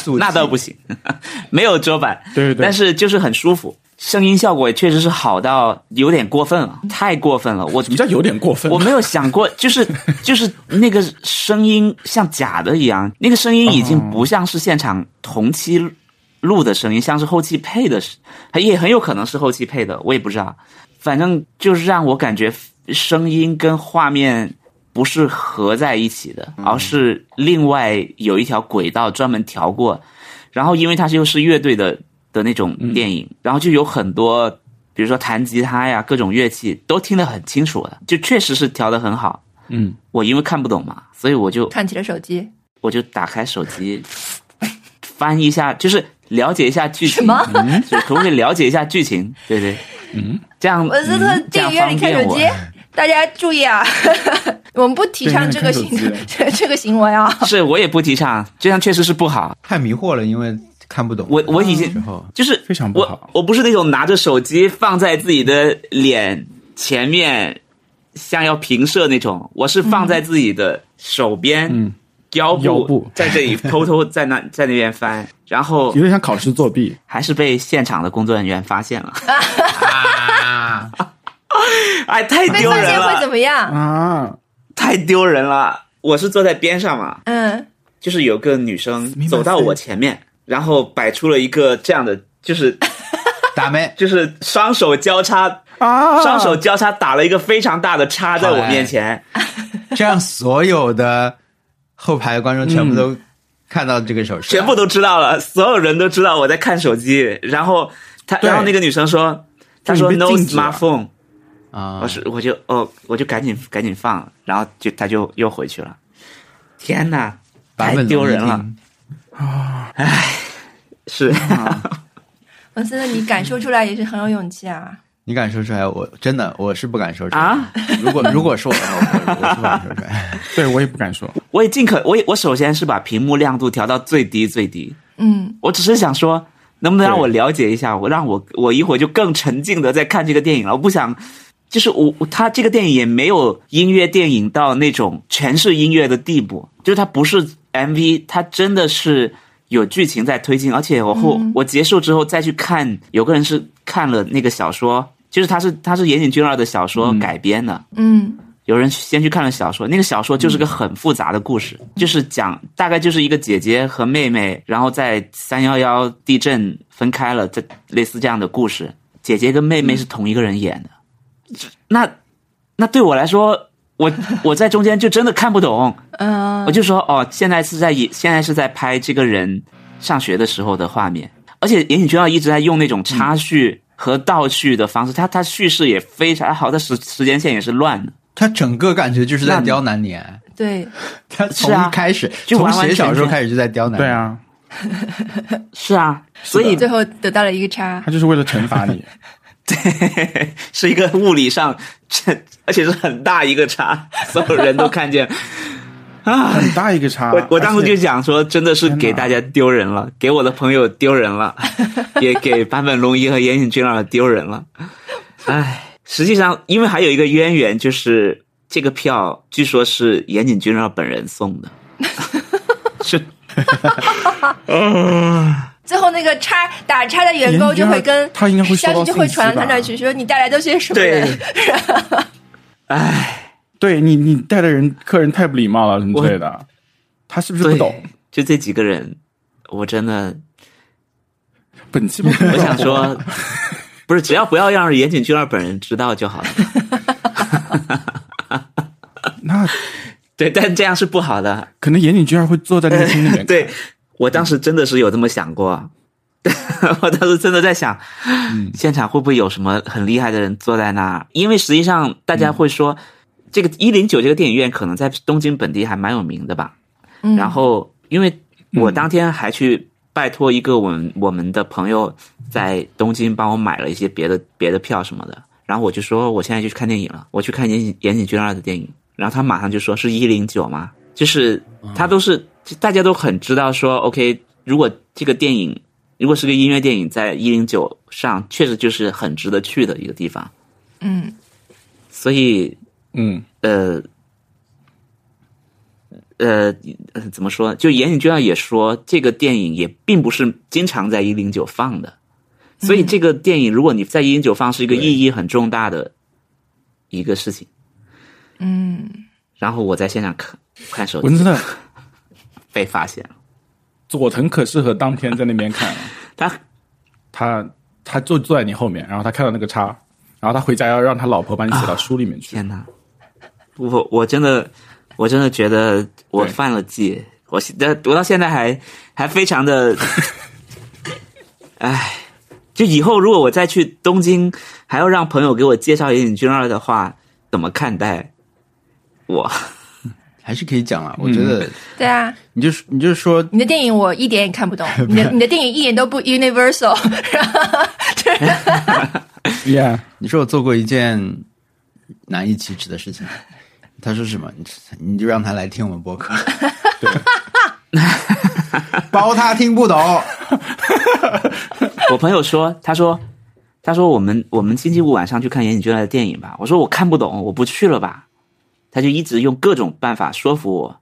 S3: 速记
S2: 那倒不行， 没有桌板，
S4: 对对对
S2: 但是就是很舒服，声音效果也确实是好到有点过分了，太过分了，我
S4: 什么叫有点过分？
S2: 我没有想过， 就是就是那个声音像假的一样，那个声音已经不像是现场同期录的声音，像是后期配的，也很有可能是后期配的，我也不知道。反正就是让我感觉声音跟画面不是合在一起
S4: 嗯
S2: 的，而是另外有一条轨道专门调过。然后因为它又是乐队的的那种
S4: 嗯
S2: 电影，然后就有很多比如说弹吉他呀，各种乐器都听得很清楚的，就确实是调得很好。
S4: 嗯，
S2: 我因为看不懂嘛，所以我就
S1: 看起了手机，
S2: 我就打开手机翻一下，就是了解一下剧情，
S1: 什么
S2: 嗯就可不可以了解一下剧情？对对，嗯，这样
S1: 文森特
S2: 嗯这
S1: 电
S2: 样
S1: 影院里
S2: 方
S1: 看
S2: 便
S1: 手
S2: 我
S1: 机。大家注意啊！ 我们不提倡这个行
S4: 电影院
S1: 这这个行为 啊。
S2: 是我也不提倡，这样确实是不好。
S3: 太迷惑了，因为看不懂。
S2: 我我已经
S3: 之后
S2: 就是
S4: 非常不好
S2: 我我不是那种拿着手机放在自己的脸前面，像要平射那种，我是放在自己的手边，
S4: 嗯
S2: 腰部
S4: 腰部
S2: 在这 里偷偷在那在那边翻，然后
S4: 有点像考试作弊。
S2: 还是被现场的工作人员发 现了，
S3: 啊，
S2: 哎，太
S1: 被
S2: 丢
S1: 发
S2: 人
S1: 现会怎
S2: 了，
S1: 么样？
S4: 啊，
S2: 太丢人了。我是坐在边上嘛，
S1: 嗯，
S2: 就是有个女生走到我前面，然后摆出了一个这样的，就是？
S3: 打没
S2: 就是双手交叉
S4: 啊
S2: 双手交叉打了一个非常大的叉在我面前，
S3: 这样所有的后排的观众全部都看到这个手势，
S2: 嗯全部都知道了，所有人都知道我在看手机。然后他，
S4: 对
S2: 然后那个女生说，她
S4: 就
S2: 说
S4: 你被
S2: no
S4: 禁止了
S2: smartphone，
S3: 啊
S2: 我，是我就哦，我就赶紧赶紧放了，然后就她就又回去了。天哪，
S3: 版
S2: 太
S3: 本
S2: 丢人
S3: 龙一
S2: 了！
S3: 听
S2: 是，
S4: 嗯
S1: 文森特，你敢说出来也是很有勇气啊。
S3: 你敢说出来？我真的我是不敢说出来。
S2: 啊、
S3: 如果如果是我的话，我我我是不敢说出来。
S4: 对我也不敢说。
S2: 我也尽可我也我首先是把屏幕亮度调到最低最低，
S1: 嗯，
S2: 我只是想说，能不能让
S4: 对
S2: 我了解一下，我让我我一会儿就更沉浸的在看这个电影了。我不想，就是我我他这个电影也没有音乐电影到那种全是音乐的地步，就是它不是 MV，它真的是有剧情在推进，而且我后、我结束之后再去看，有个人是看了那个小说，就是他是他是岩井俊二的小说改编的，
S1: 嗯，
S2: 有人先去看了小说，那个小说就是个很复杂的故事，就是讲大概就是一个姐姐和妹妹，然后在三幺幺地震分开了，这类似这样的故事。姐姐跟妹妹是同一个人演的，这那那对我来说，我我在中间就真的看不懂，
S1: 嗯，
S2: 我就说哦，现在是在演，现在是在拍这个人上学的时候的画面，而且岩井俊二一直在用那种插叙和倒叙的方式，他他叙事也非常好，他时时间线也是乱的。
S3: 他整个感觉就是在刁难你，啊
S1: 对，
S3: 他
S2: 是
S3: 从
S2: 啊
S3: 一开始、
S2: 就完完
S3: 从写小
S2: 全
S3: 说
S2: 全
S3: 开始就在刁难你。
S4: 对，啊，
S2: 是啊，嗯所以
S1: 最后得到了一个叉。
S4: 他就是为了惩罚你。
S2: 是一个物理上， 这而且是很大一个 差，所有人都看见。 啊，
S4: 很大一个差。
S2: 我我当时就
S4: 而且
S2: 想说，真的是给大家丢人了，给我的朋友丢人了， 也给坂本龙一和岩井俊二丢人了。唉，实际上因为还有一个渊源，就是这个票据说是岩井俊二本人送的，是
S1: 最后那个叉打叉的员工就会跟
S4: 他应该会收
S1: 消
S4: 到
S1: 息就会传
S4: 信息吧
S1: 传传去，说你带来都些什么
S2: 对
S1: 人？
S4: 对你你带的人客人太不礼貌了，什么之类的，他是不是不
S2: 对
S4: 懂？
S2: 就这几个人，我真 的
S4: 本期不懂
S2: 我想 说，不是，只要不要让岩井俊二本人知道就好了。
S4: 那
S2: 对，但这样是不好的。，
S4: 可能岩井俊二会坐在那个厅里 面
S2: 对我当时真的是有这么想过，啊 我当时真的在想，现场会不会有什么很厉害的人坐在那儿？因为实际上大家会说，这个一零九这个电影院可能在东京本地还蛮有名的吧。
S1: 嗯
S2: 然后因为我当天还去拜托一个我们我们的朋友在东京帮我买了一些别的别的票什么的，然后我就说我现在就去看电影了，我去看岩井岩井俊二的电影，然后他马上就说是一零九吗？就是他都是大家都很知道说 OK，如果这个电影如果是个音乐电影，在一零九上确实就是很值得去的一个地方。
S1: 嗯，
S2: 所以
S4: 嗯，
S2: 呃呃呃怎么说？就岩井俊二也说，这个电影也并不是经常在一零九放的，所以这个电影如果你在一零九放，是一个意义很重大的一个事情。
S1: 嗯，
S2: 然后我在现场看看手
S4: 我真
S2: 机，
S4: 的
S2: 被发现了。
S4: 佐藤可适合当天在那边看了，
S2: 他
S4: 他他就坐在你后面，然后他看到那个叉，然后他回家要让他老婆帮你写
S2: 啊
S4: 到书里面去。
S2: 天哪！我我真的，我真的觉得我
S4: 对
S2: 犯了忌。我现在我到现在还还非常的，唉，就以后如果我再去东京，还要让朋友给我介绍岩井俊二的话，怎么看待我？
S3: 还是可以讲了。
S4: 嗯
S3: 我觉得
S1: 对啊，
S3: 你就你就说
S1: 你的电影我一点也看不 懂，你的你的电影一点都不 universal，然后就是。
S4: Yeah，
S3: 你说我做过一件难以启齿的事情。他说什么？你你就让他来听我们 播客，包他听不懂。
S2: 我朋友说，他说，他说我们我们星期五晚上去看岩井俊二的电影吧。我说我看不懂，我不去了吧。他就一直用各种办法说服我，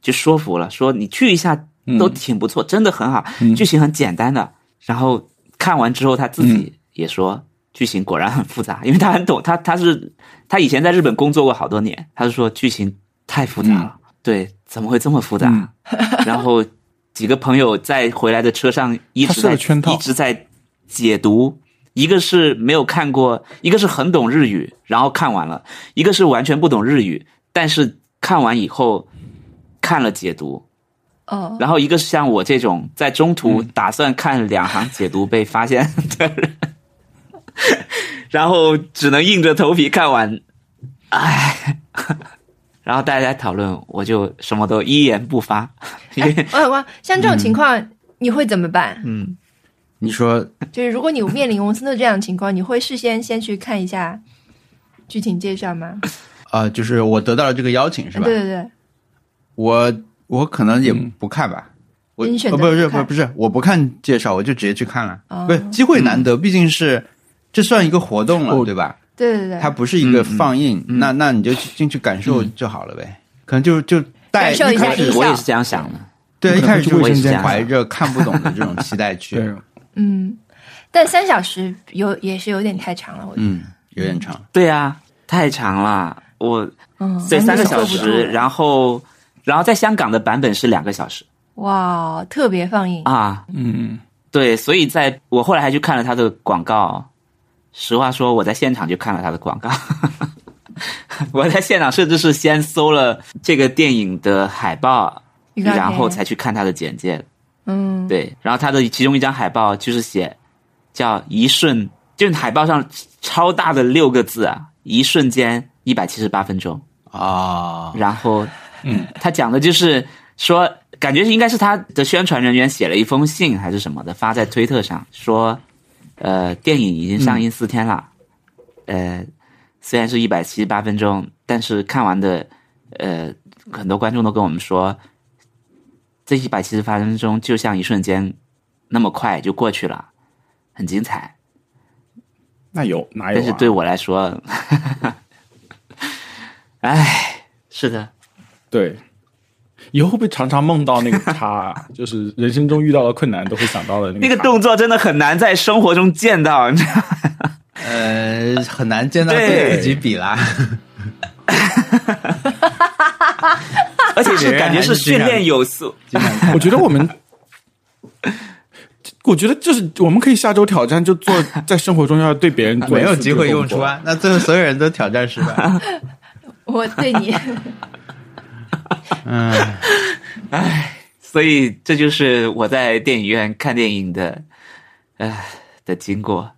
S2: 就说服了，说你去一下都挺不错，真的很好，剧情很简单的。然后看完之后，他自己也说、剧情果然很复杂，因为他很懂，他他是他以前在日本工作过好多年，他就说剧情太复杂了，对，啊怎么会这么复杂？
S3: 嗯
S2: 然后几个朋友在回来的车上一
S4: 他
S2: 直
S4: 设
S2: 在
S4: 了圈套
S2: 一直在解读，一个是没有看过，一个是很懂日语，然后看完了，一个是完全不懂日语，但是看完以后看了解读，
S1: 哦，
S2: 然后一个是像我这种在中
S4: 嗯
S2: 途打算看两行解读被发现的人， 然后只能硬着头皮看完，唉。 然后大家讨论，我就什么都一言不发，因为
S1: 我想问，哦像这种情况、你会怎么办？
S2: 嗯
S3: 你说
S1: 就是如果你面临文森特这样的情况，你会事先先去看一下剧情介绍 吗？
S3: 啊、呃就是我得到了这个邀请是
S1: 对
S3: 吧？
S1: 对对，
S3: 我我可能也不看吧。我
S1: 你选择
S3: 呃不是
S1: 不
S3: 不是
S1: 看
S3: 不是，我不看介绍，我就直接去看了。
S1: 哦
S3: 不是机会难得，毕竟是这算一个活动了，
S4: 哦
S3: 对吧？
S1: 对对对，
S3: 它不是一个放映，那那你就去进去感受就好了呗。可能就就带
S1: 感受一下
S3: 开始
S1: 音效
S2: 我也是这样想的。
S3: 对，
S4: 可
S3: 一
S4: 能
S3: 开始
S4: 会去
S3: 就
S2: 卫生间啊
S3: 怀着看不懂的这种期待去，
S4: 对，
S1: 嗯，但三小时有也是有点太长了，我觉得。
S3: 嗯，有点长。
S2: 对啊，太长了，我
S1: 嗯，
S2: 对三个小
S1: 坐不
S2: 时，
S1: 住
S2: 然后然后在香港的版本是两个小时
S1: 哇，特别放映，
S2: 啊，
S4: 嗯，
S2: 对，所以在我后来还去看了他的广告。实话说，我在现场就看了他的广告。 我在现场甚至是先搜了这个电影的海报，
S1: 预告片
S2: 然后才去看他的简介。
S1: 嗯，
S2: 对，然后他的其中一张海报就是写叫“一瞬”，就是海报上超大的六个字啊，“一瞬间一百七十八分钟”。
S3: 啊，
S2: 然后，嗯，他讲的就是说，感觉应该是他的宣传人员写了一封信还是什么的，发在推特上说，呃，电影已经上映四天了，呃，虽然是一百七十八分钟，但是看完的，呃，很多观众都跟我们说，这一百七十八分钟就像一瞬间，那么快就过去了，很精彩。
S4: 那有哪有、啊？
S2: 但是对我来说， 哎，是的。
S4: 对，以后会不会常常梦到那个 叉啊？就是人生中遇到的困难都会想到的那个
S2: 那个
S4: 叉
S2: 动作真的很难在生活中见到，你知道吗？
S3: 呃，很难见到
S2: 对
S3: 跟自己比啦。
S2: 而且是感觉是训练有素。
S3: 经常 看
S4: 我觉得我们，我觉得就是我们可以下周挑战，就 做在生活中要对别人做
S3: 没有
S4: 数据
S3: 机会用
S4: 工作
S3: 出啊，那最后所有人都挑战失败。
S1: 我对 你，
S3: 嗯，
S2: 所以这就是我在电影院看电影的，呃的经过，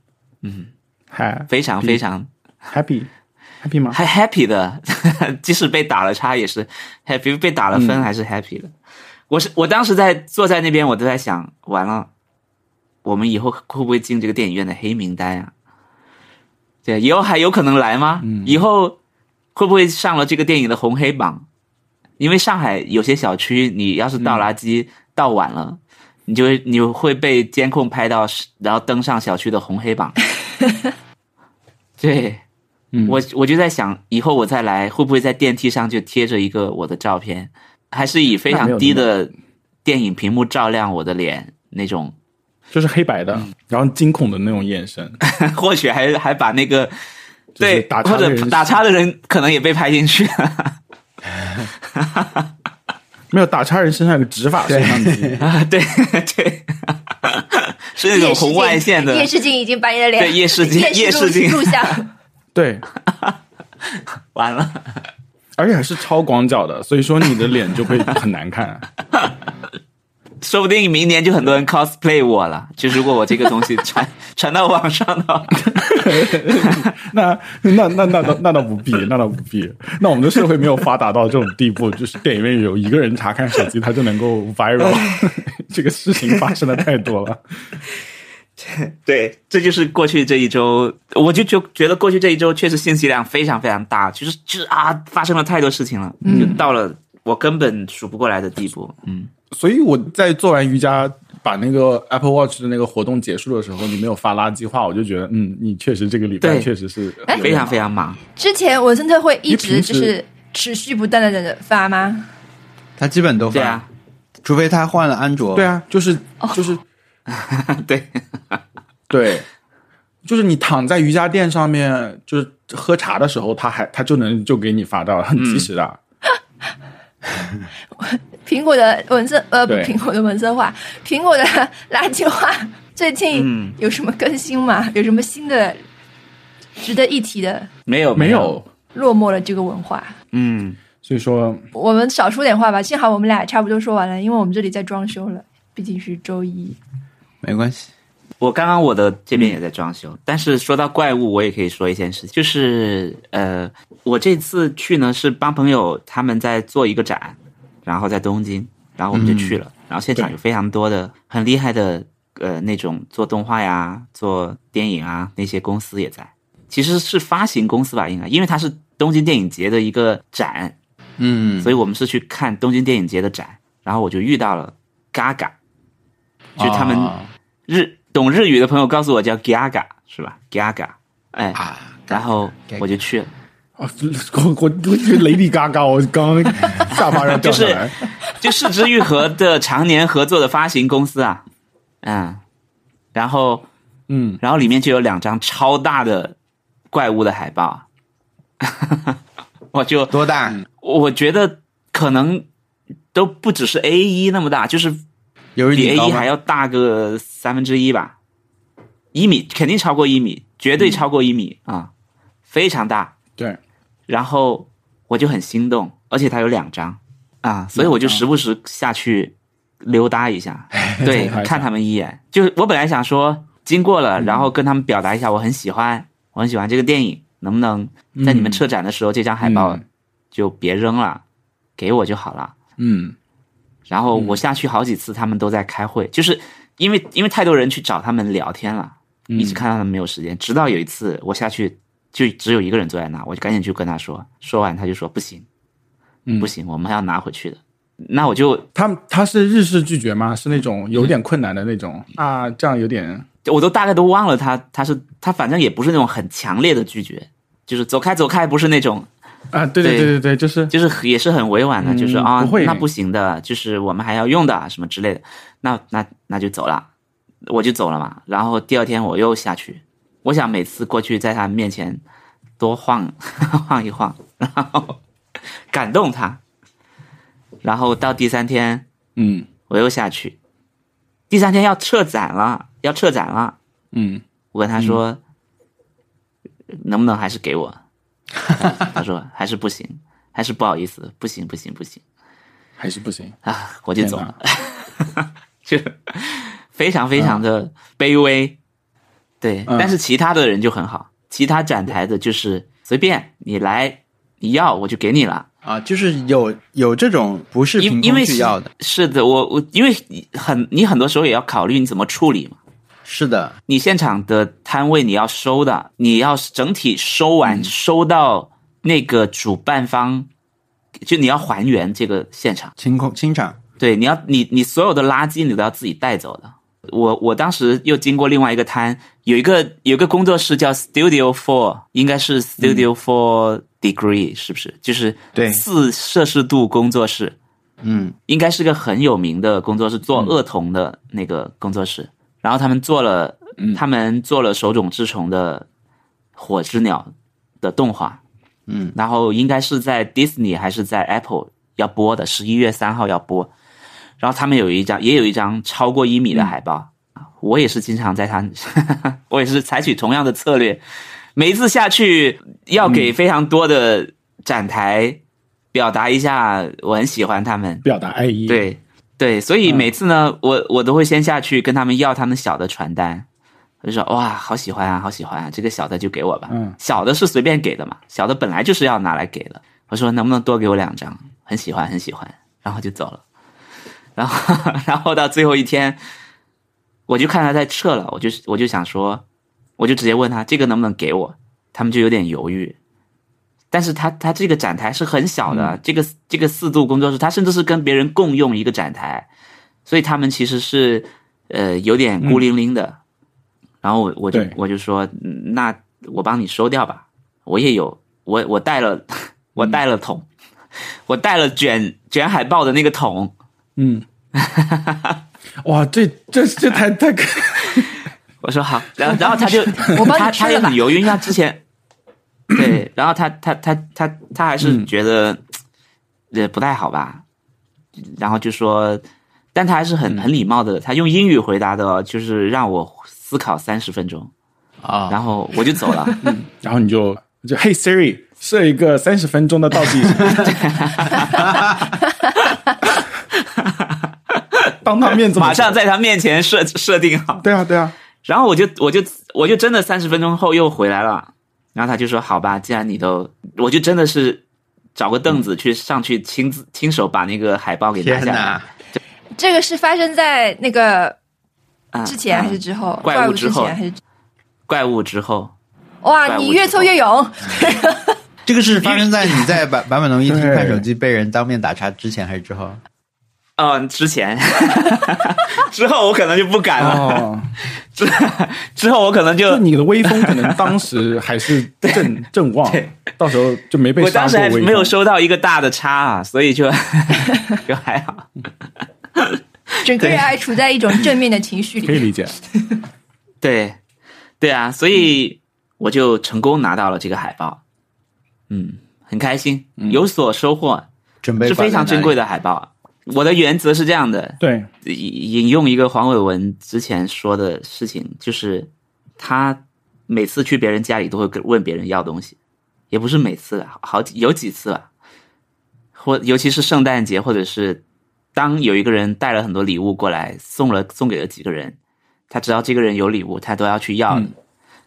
S4: 嗨
S2: 非常非常
S4: happy happy 吗？
S2: 还 happy 的， 即使被打了叉也是 happy，被打了分还是 happy 的。我是我当时在坐在那边，我都在想，完了，我们以后会不会进这个电影院的黑名单啊？对，以后还有可能来吗？以后会不会上了这个电影的红
S4: 嗯
S2: 黑榜？因为上海有些小区，你要是倒垃圾倒晚了，你就会你会被监控拍到，然后登上小区的红黑 榜。对，
S4: 嗯
S2: 我我就在想，以后我再来，会不会在电梯上就贴着一个我的照片，还是以非
S4: 那没
S2: 常
S4: 有
S2: 低
S4: 那
S2: 的电影屏幕照亮我的脸那种？
S4: 就是黑白的，
S2: 嗯
S4: 然后惊恐的那种眼神，
S2: 或许还还把那个
S4: 就是
S2: 对
S4: 打
S2: 或
S4: 叉的
S2: 者
S4: 人
S2: 打叉的人可能也被拍进去。
S4: 没有打叉人身上有个执法摄像机，
S2: 啊，对 对，是那种红外线的
S1: 夜视镜已经把你的脸
S2: 对夜视 镜
S1: 夜
S2: 夜视镜
S1: 录像，
S4: 对，
S2: 完了，
S4: 而且还是超广角的，所以说你的脸就会很难 看。
S2: 说不定明年就很多人 cosplay 我了。就如果我这个东西传传到网上的话，
S4: 那那那那倒那倒不必，那倒不必。那我们的社会没有发达到这种地步， 就是电影院有一个人查看手机，他就能够 viral。
S2: 哎
S4: 这 个事情发生的太多了。
S2: 对，这就是过去这一周，我就就觉得过去这一周确实信息量非常非常大，就是就是啊，发生了太多事情了，
S4: 嗯
S2: 就到了我根本数不过来的地步。嗯，
S4: 所以我在做完瑜伽，把那个 Apple Watch 的那个活动结束的时候，你没有发垃圾话，我就觉得，嗯，你确实这个礼拜
S2: 对
S4: 确实是
S1: 哎
S2: 非常非常忙。
S1: 之前文森特会一直
S4: 你平
S1: 就
S4: 时
S1: 是持续不断的在发吗？
S3: 他基本都
S2: 对
S3: 发，
S2: 啊，
S3: 除非他换了安卓。
S4: 对，啊，就是
S2: 哦
S4: 就是
S2: 啊 对，
S4: 对，就是你躺在瑜伽垫上面，就是喝茶的时候，他还他就能就给你发到，很及时的。
S2: 嗯
S1: 苹果的文森呃，不
S4: 对
S1: 苹果的文森化，苹果的 垃圾话，最近
S2: 嗯
S1: 有什么更新吗？有什么新的值得一提的？
S2: 没有
S4: 没
S2: 有，
S4: 有，
S1: 落寞了这个文化，
S2: 嗯，
S4: 所以说
S1: 我们少说点话吧。幸好我们俩差不多说完了，因为我们这里在装修了，毕竟是周一。
S3: 没关系。
S2: 我刚刚我的这边也在装修，但是说到怪物，我也可以说一件事情，就是呃，我这次去呢是帮朋友他们在做一个展，然后在东京，然后我们就去了，然后现场
S4: 对
S2: 有非常多的很厉害的呃那种做动画呀、做电影啊那些公司也在，其实是发行公司吧，应该，因为它是东京电影节的一个展，
S3: 嗯，
S2: 所以我们是去看东京电影节的展，然后我就遇到了 Gaga，就他们
S3: 啊
S2: 日懂日语的朋友告诉我叫 Gaga 是吧？Gaga，哎，
S3: 啊，
S2: 然后
S3: Gaga
S2: 我就去了，
S4: 啊，我我我觉得雷迪嘎嘎，我刚刚下巴要掉下来。
S2: 就市之愈合的常年合作的发行公司啊，嗯，然后
S4: 嗯，
S2: 然后里面就有两张超大的怪物的海报啊， 我就
S3: 多大？
S2: 我觉得可能都不只是 A 一那么大，就是
S3: 有
S2: 比
S3: 你
S2: A
S3: 高
S2: 一
S3: 吗
S2: 还要大个三分之一吧，一米肯定超过一米，绝对超过一米啊、非常大。
S4: 对，
S2: 然后我就很心动，而且它有两张啊，所以我就时不时下去溜达一下， 对
S4: 再看一，下
S2: 看他们一眼。就是我本来想说经过了，
S4: 嗯
S2: 然后跟他们表达一下我很喜欢，我很喜欢这个电影，能不能在你们撤展的时候这张海报
S4: 嗯
S2: 就别扔了，给我就好了。
S4: 嗯，
S2: 然后我下去好几次，他们都在开会，就是因为因为太多人去找他们聊天了，
S4: 嗯
S2: 一直看到他们没有时间。直到有一次我下去，就只有一个人坐在那，我就赶紧去跟他说，说完他就说不行，
S4: 嗯
S2: 不行，我们还要拿回去的。那我就
S4: 他他是日式拒绝吗？是那种有点困难的那种啊，这样有点
S2: 我都大概都忘了他他是他反正也不是那种很强烈的拒绝，就是走开走开，不是那种，
S4: 啊，对对
S2: 对
S4: 对对对，就是
S2: 就是也是很委婉的，
S4: 嗯
S2: 就是啊
S4: 不会
S2: 那不行的，就是我们还要用的啊什么之类的，那那那就走了，我就走了嘛。然后第二天我又下去，我想每次过去在他面前多晃 晃一晃，然后 感动他。然后到第三天
S4: 嗯
S2: 我又下去，第三天要撤展了，要撤展了，
S4: 嗯，
S2: 我跟他说、能不能还是给 我，他说还是不行，还是不好意思，不行不行不行。
S4: 还是不行。
S2: 啊，我就走
S4: 天
S2: 了，就非常非常的卑微。对，
S4: 嗯
S2: 但是其他的人就很好，其他展台的就是随便你来，你要我就给你了。
S3: 啊，就是有有这种不是凭
S2: 因因为
S3: 空去要的，
S2: 是的，我我因为你很你很多时候也要考虑你怎么处理嘛。
S3: 是的，
S2: 你现场的摊位你要收的，你要整体收完、收到那个主办方，就你要还原这个现场。
S3: 清空清场，
S2: 对，你要你你所有的垃圾你都要自己带走的。我我当时又经过另外一个摊，有一个有一个工作室叫 Studio Four，应该是 Studio Four Degree，、是不是？就是
S3: 对
S2: 四摄氏度工作室。
S3: 嗯，
S2: 应该是个很有名的工作室，做恶童的那个工作室。然后他们做了，
S3: 嗯
S2: 他们做了手冢治虫的《火之鸟》的动画，
S3: 嗯，
S2: 然后应该是在 Disney 还是在 Apple 要播的，十一月三号要播。然后他们有一张，也有一张超过一米的海报。我也是经常在他， 我也是采取同样的策略，每一次下去要
S3: 嗯
S2: 给非常多的展台表达一下我很喜欢他们，
S4: 表达爱意。，
S2: 对对，所以每次呢，我我都会先下去跟他们要他们小的传单，我就说哇，好喜欢啊，好喜欢啊，这个小的就给我吧。
S4: 嗯，
S2: 小的是随便给的嘛，小的本来就是要拿来给的。我说能不能多给我两张？很喜欢，很喜欢，然后就走了。然后 然后到最后一天，我就看他在撤了，我就我就想说，我就直接问他这个能不能给我，他们就有点犹豫。但是他他这个展台是很小的，这个这个四度工作室，他甚至是跟别人共用一个展台，所以他们其实是呃有点孤零零的。然后我我就
S4: 对
S2: 我就说，嗯那我帮你收掉吧，我也有，我我带了 我带了桶， 我带了卷卷海报的那个桶，
S4: 嗯，哇，这这这太太
S2: 我说好，然后然后他就
S1: 我帮你
S2: 他
S1: 吃
S2: 他
S1: 了
S2: 也
S1: 吧
S2: 很犹豫，因为他之 前对，然后他他他他他还
S3: 嗯
S2: 是觉得呃不太好吧，然后就说，但他还是
S3: 嗯
S2: 很很礼貌的，他用英语回答的哦，就是让我思考三十分钟，
S3: 啊，
S2: 然后我就走 了。
S4: 然后你就就 Hey Siri 设一个三十分钟的倒计 时，当他面子
S2: 马上在他面前设设定好，
S4: 对啊对啊，
S2: 然后我就我就我就真的三十分钟后又回来了，然后他就说好吧，既然你都，我就真的是找个凳子去上去亲自亲手把那个海报给拿
S3: 嗯天
S2: 下来
S3: 哪，，
S1: 这个是发生在那个
S2: 啊
S1: 之前还是
S2: 啊
S1: 之后？
S2: 怪物
S1: 怪物
S2: 之
S1: 之
S2: 后
S1: 前还是之？
S2: 怪物之后，
S1: 哇，
S2: 怪物
S1: 你
S2: 之
S1: 越
S2: 后
S1: 凑越勇。
S3: 这个是发生在你在版版本龙一厅
S4: 对
S3: 看手机被人当面打叉之前还是之后？
S2: 嗯、之前， 之后我可能就不敢了，
S4: 哦，
S2: 之之后我可能
S4: 就
S2: 就。
S4: 你的威风可能当时还是正正旺，到时候就没被
S2: 我
S4: 杀
S2: 当时
S4: 过
S2: 还
S4: 威风。
S2: 没有收到一个大的叉啊，所 以就就还好。
S1: 整个人还处在一种正面的情绪
S4: 可以
S1: 里。
S4: 理解，
S2: 对，对啊，所以我就成功拿到了这个海报，嗯，很开心，
S4: 嗯
S2: 有所收获，
S3: 准备
S2: 是非常珍贵
S3: 的。
S2: 的海报。我的原则是这样的，
S4: 对，
S2: 引引用一个黄伟文之前说的事情，就是他每次去别人家里都会跟问别人要东西，也不是每次啊，好几有几次吧，或尤其是圣诞节，或者是当有一个人带了很多礼物过来，送了送给了几个人，他知道这个人有礼物，他都要去要的，
S4: 嗯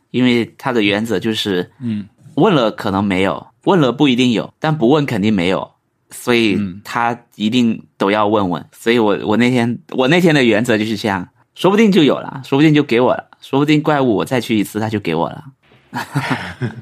S2: 因为他的原则就是
S4: 嗯，
S2: 问了可能没有，问了不一定有，但不问肯定没有，所以他一定都要问问。所以我我那天我那天的原则就是这样，说不定就有了，说不定就给我了，说不定怪物我再去一次他就给我了。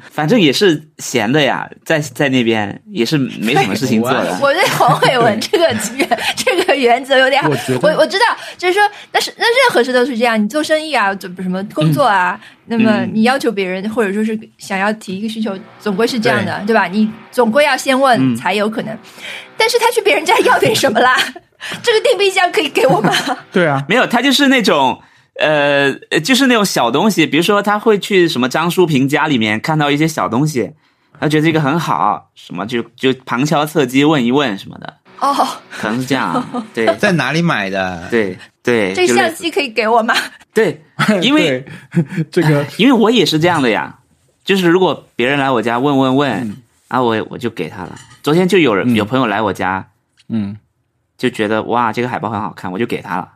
S2: 反正也是闲的呀，在在那边也是没什么事情做
S4: 哎啊
S2: 的。
S1: 我对黄伟文这个原 这个原则有点好
S4: 我觉，
S1: 我
S4: 得
S1: 我知道，就是说，但是那任何事都是这样，你做生意啊，做什么工作啊，
S2: 嗯
S1: 那么你要求别人或者说是想要提一个需求，总归是这样的，对吧？你总归要先
S2: 嗯
S1: 问才有可能。但是他去别人家要点什么 啦？这个电冰箱可以给我吗？
S4: 对啊，
S2: 没有，他就是那种。呃，呃就是那种小东西，比如说他会去什么张淑平家里面看到一些小东西，他觉得这个很好，什么就就旁敲侧击问一问什么的，
S1: 哦，
S2: 可能是这样，啊对
S3: 在哪里买的？
S2: 对对，
S1: 这
S2: 哎就
S1: 个
S2: 类
S1: 相
S2: 似
S1: 机可以给我吗？
S2: 对， 因为
S4: 对 这个
S2: 因为我也是这样的呀，就是如果别人来我家问问问，啊，我我就给他了。昨天就有人有朋友来我家，
S4: 嗯，
S2: 就觉得哇，这个海报很好看，我就给他了。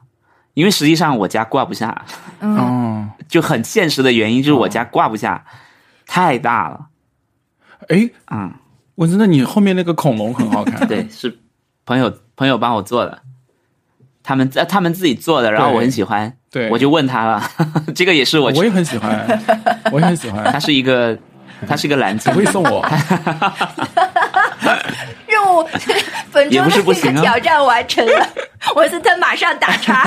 S2: 因为实际上我家挂不下，
S1: 嗯，
S4: 哦。
S2: 就很现实的原因就是我家挂不下，太大了。
S4: 哎，
S2: 嗯，
S4: 我真的，你后面那个恐龙很好看。
S2: 对，是朋友朋友帮我做的，他们呃他们自己做的，然后
S4: 对
S2: 我很喜欢，
S4: 对，
S2: 我就问他了， 这个也是我
S4: 我也很喜欢，我也很喜欢
S2: 它。是一个， 它是一个蓝鲸
S4: 你，会送我？
S1: 任务 不分
S2: 也
S1: 钟
S2: 不
S1: 的
S2: 是不
S1: 这
S2: 行
S1: 个
S2: 啊
S1: 挑战完成了，文森特马上打叉。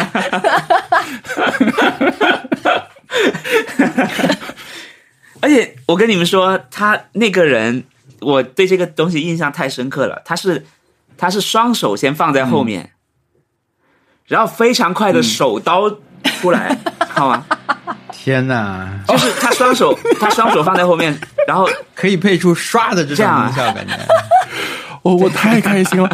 S2: 而且我跟你们说，他那个人，我对这个东西印象太深刻了。他是他是双手先放在后
S4: 嗯
S2: 面，然后非常快的手刀出 来，好吗？
S3: 天哪，
S2: 就是他双手，他双手放在后面，然后
S3: 可以配出刷的这
S2: 这
S3: 种
S2: 样啊
S3: 音效，感觉。
S4: 哦我我太开心了。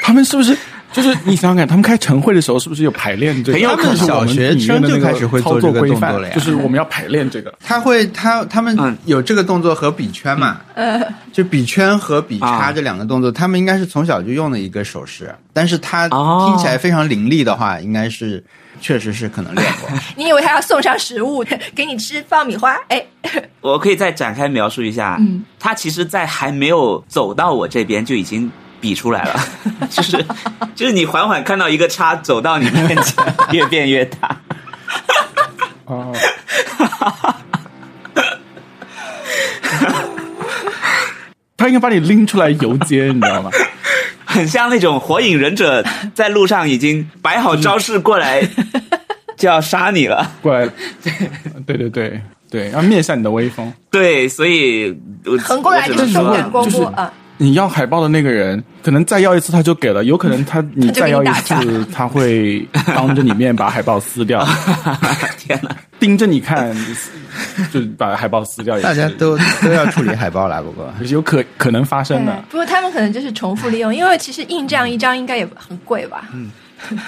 S4: 他们是不是就是你想想看，他们开晨会的时候是不是有排练这个？
S2: 很有可能
S4: 就是我们
S3: 小学生就开始会做
S4: 操
S3: 这
S4: 作
S3: 个
S4: 规
S3: 动
S4: 范
S3: 作了呀
S4: 就是我们要排练这个。
S3: 他会，他他们
S2: 嗯
S3: 有这个动作和笔圈嘛？就笔圈和笔叉
S2: 啊
S3: 这两个动作，他们应该是从小就用的一个手势，但是他
S2: 哦
S3: 听起来非常凌厉的话，应该是确实是可能练 过。
S1: 你以为他要送上食物 给你吃爆米花？哎，
S2: 我可以再展开描述一下。
S1: 嗯，
S2: 他其实，在还没有走到我这边就已经比出来了，就是就是你缓缓看到一个叉走到你面前，越变越大。
S4: 哦， 他应该把你拎出来游街，你知道吗？
S2: 很像那种火影忍者在路上已经摆好招式过来，就要杀你了。
S4: 过来，对对对对，要灭一下你的威风。
S2: 对，所以我
S1: 横过来
S2: 我
S1: 就
S2: 只能
S1: 是
S2: 说
S1: 重点光
S4: 就是
S1: 波啊！
S4: 你要海报的那个人，可能再要一次他就给了，有可能他你再要一
S1: 他就给
S4: 次，他会当着你面把海报撕 掉，
S2: 天哪！
S4: 盯着你 看，就把海报撕掉也是。
S3: 大家都都要处理海报啦，不过
S4: 也是有可可能发生的
S1: 对。不过他们可能就是重复利用，因为其实印这样一张应该也很贵吧？嗯，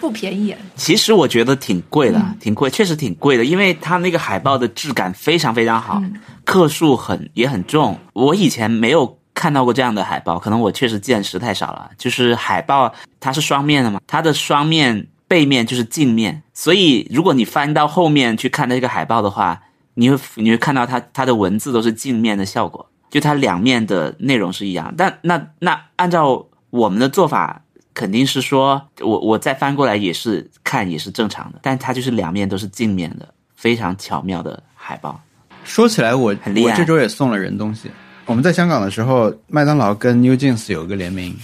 S1: 不便宜啊。
S2: 其实我觉得挺贵的，挺贵，确实挺贵的，因为它那个海报的质感非常非常好，克数很也很重。我以前没有看到过这样的海报，可能我确实见识太少了。就是海报它是双面的嘛，它的双面背面就是镜面，所以如果你翻到后面去看这个海报的话，你会你会看到它它的文字都是镜面的效果，就它两面的内容是一样。但那那按照我们的做法，肯定是说我我再翻过来也是看也是正常的，但它就是两面都是镜面的，非常巧妙的海报。
S3: 说起来我，我
S2: 很厉害
S3: 这周也送了人东西。我们在香港的时候，麦当劳跟 New Jeans 有一个联名，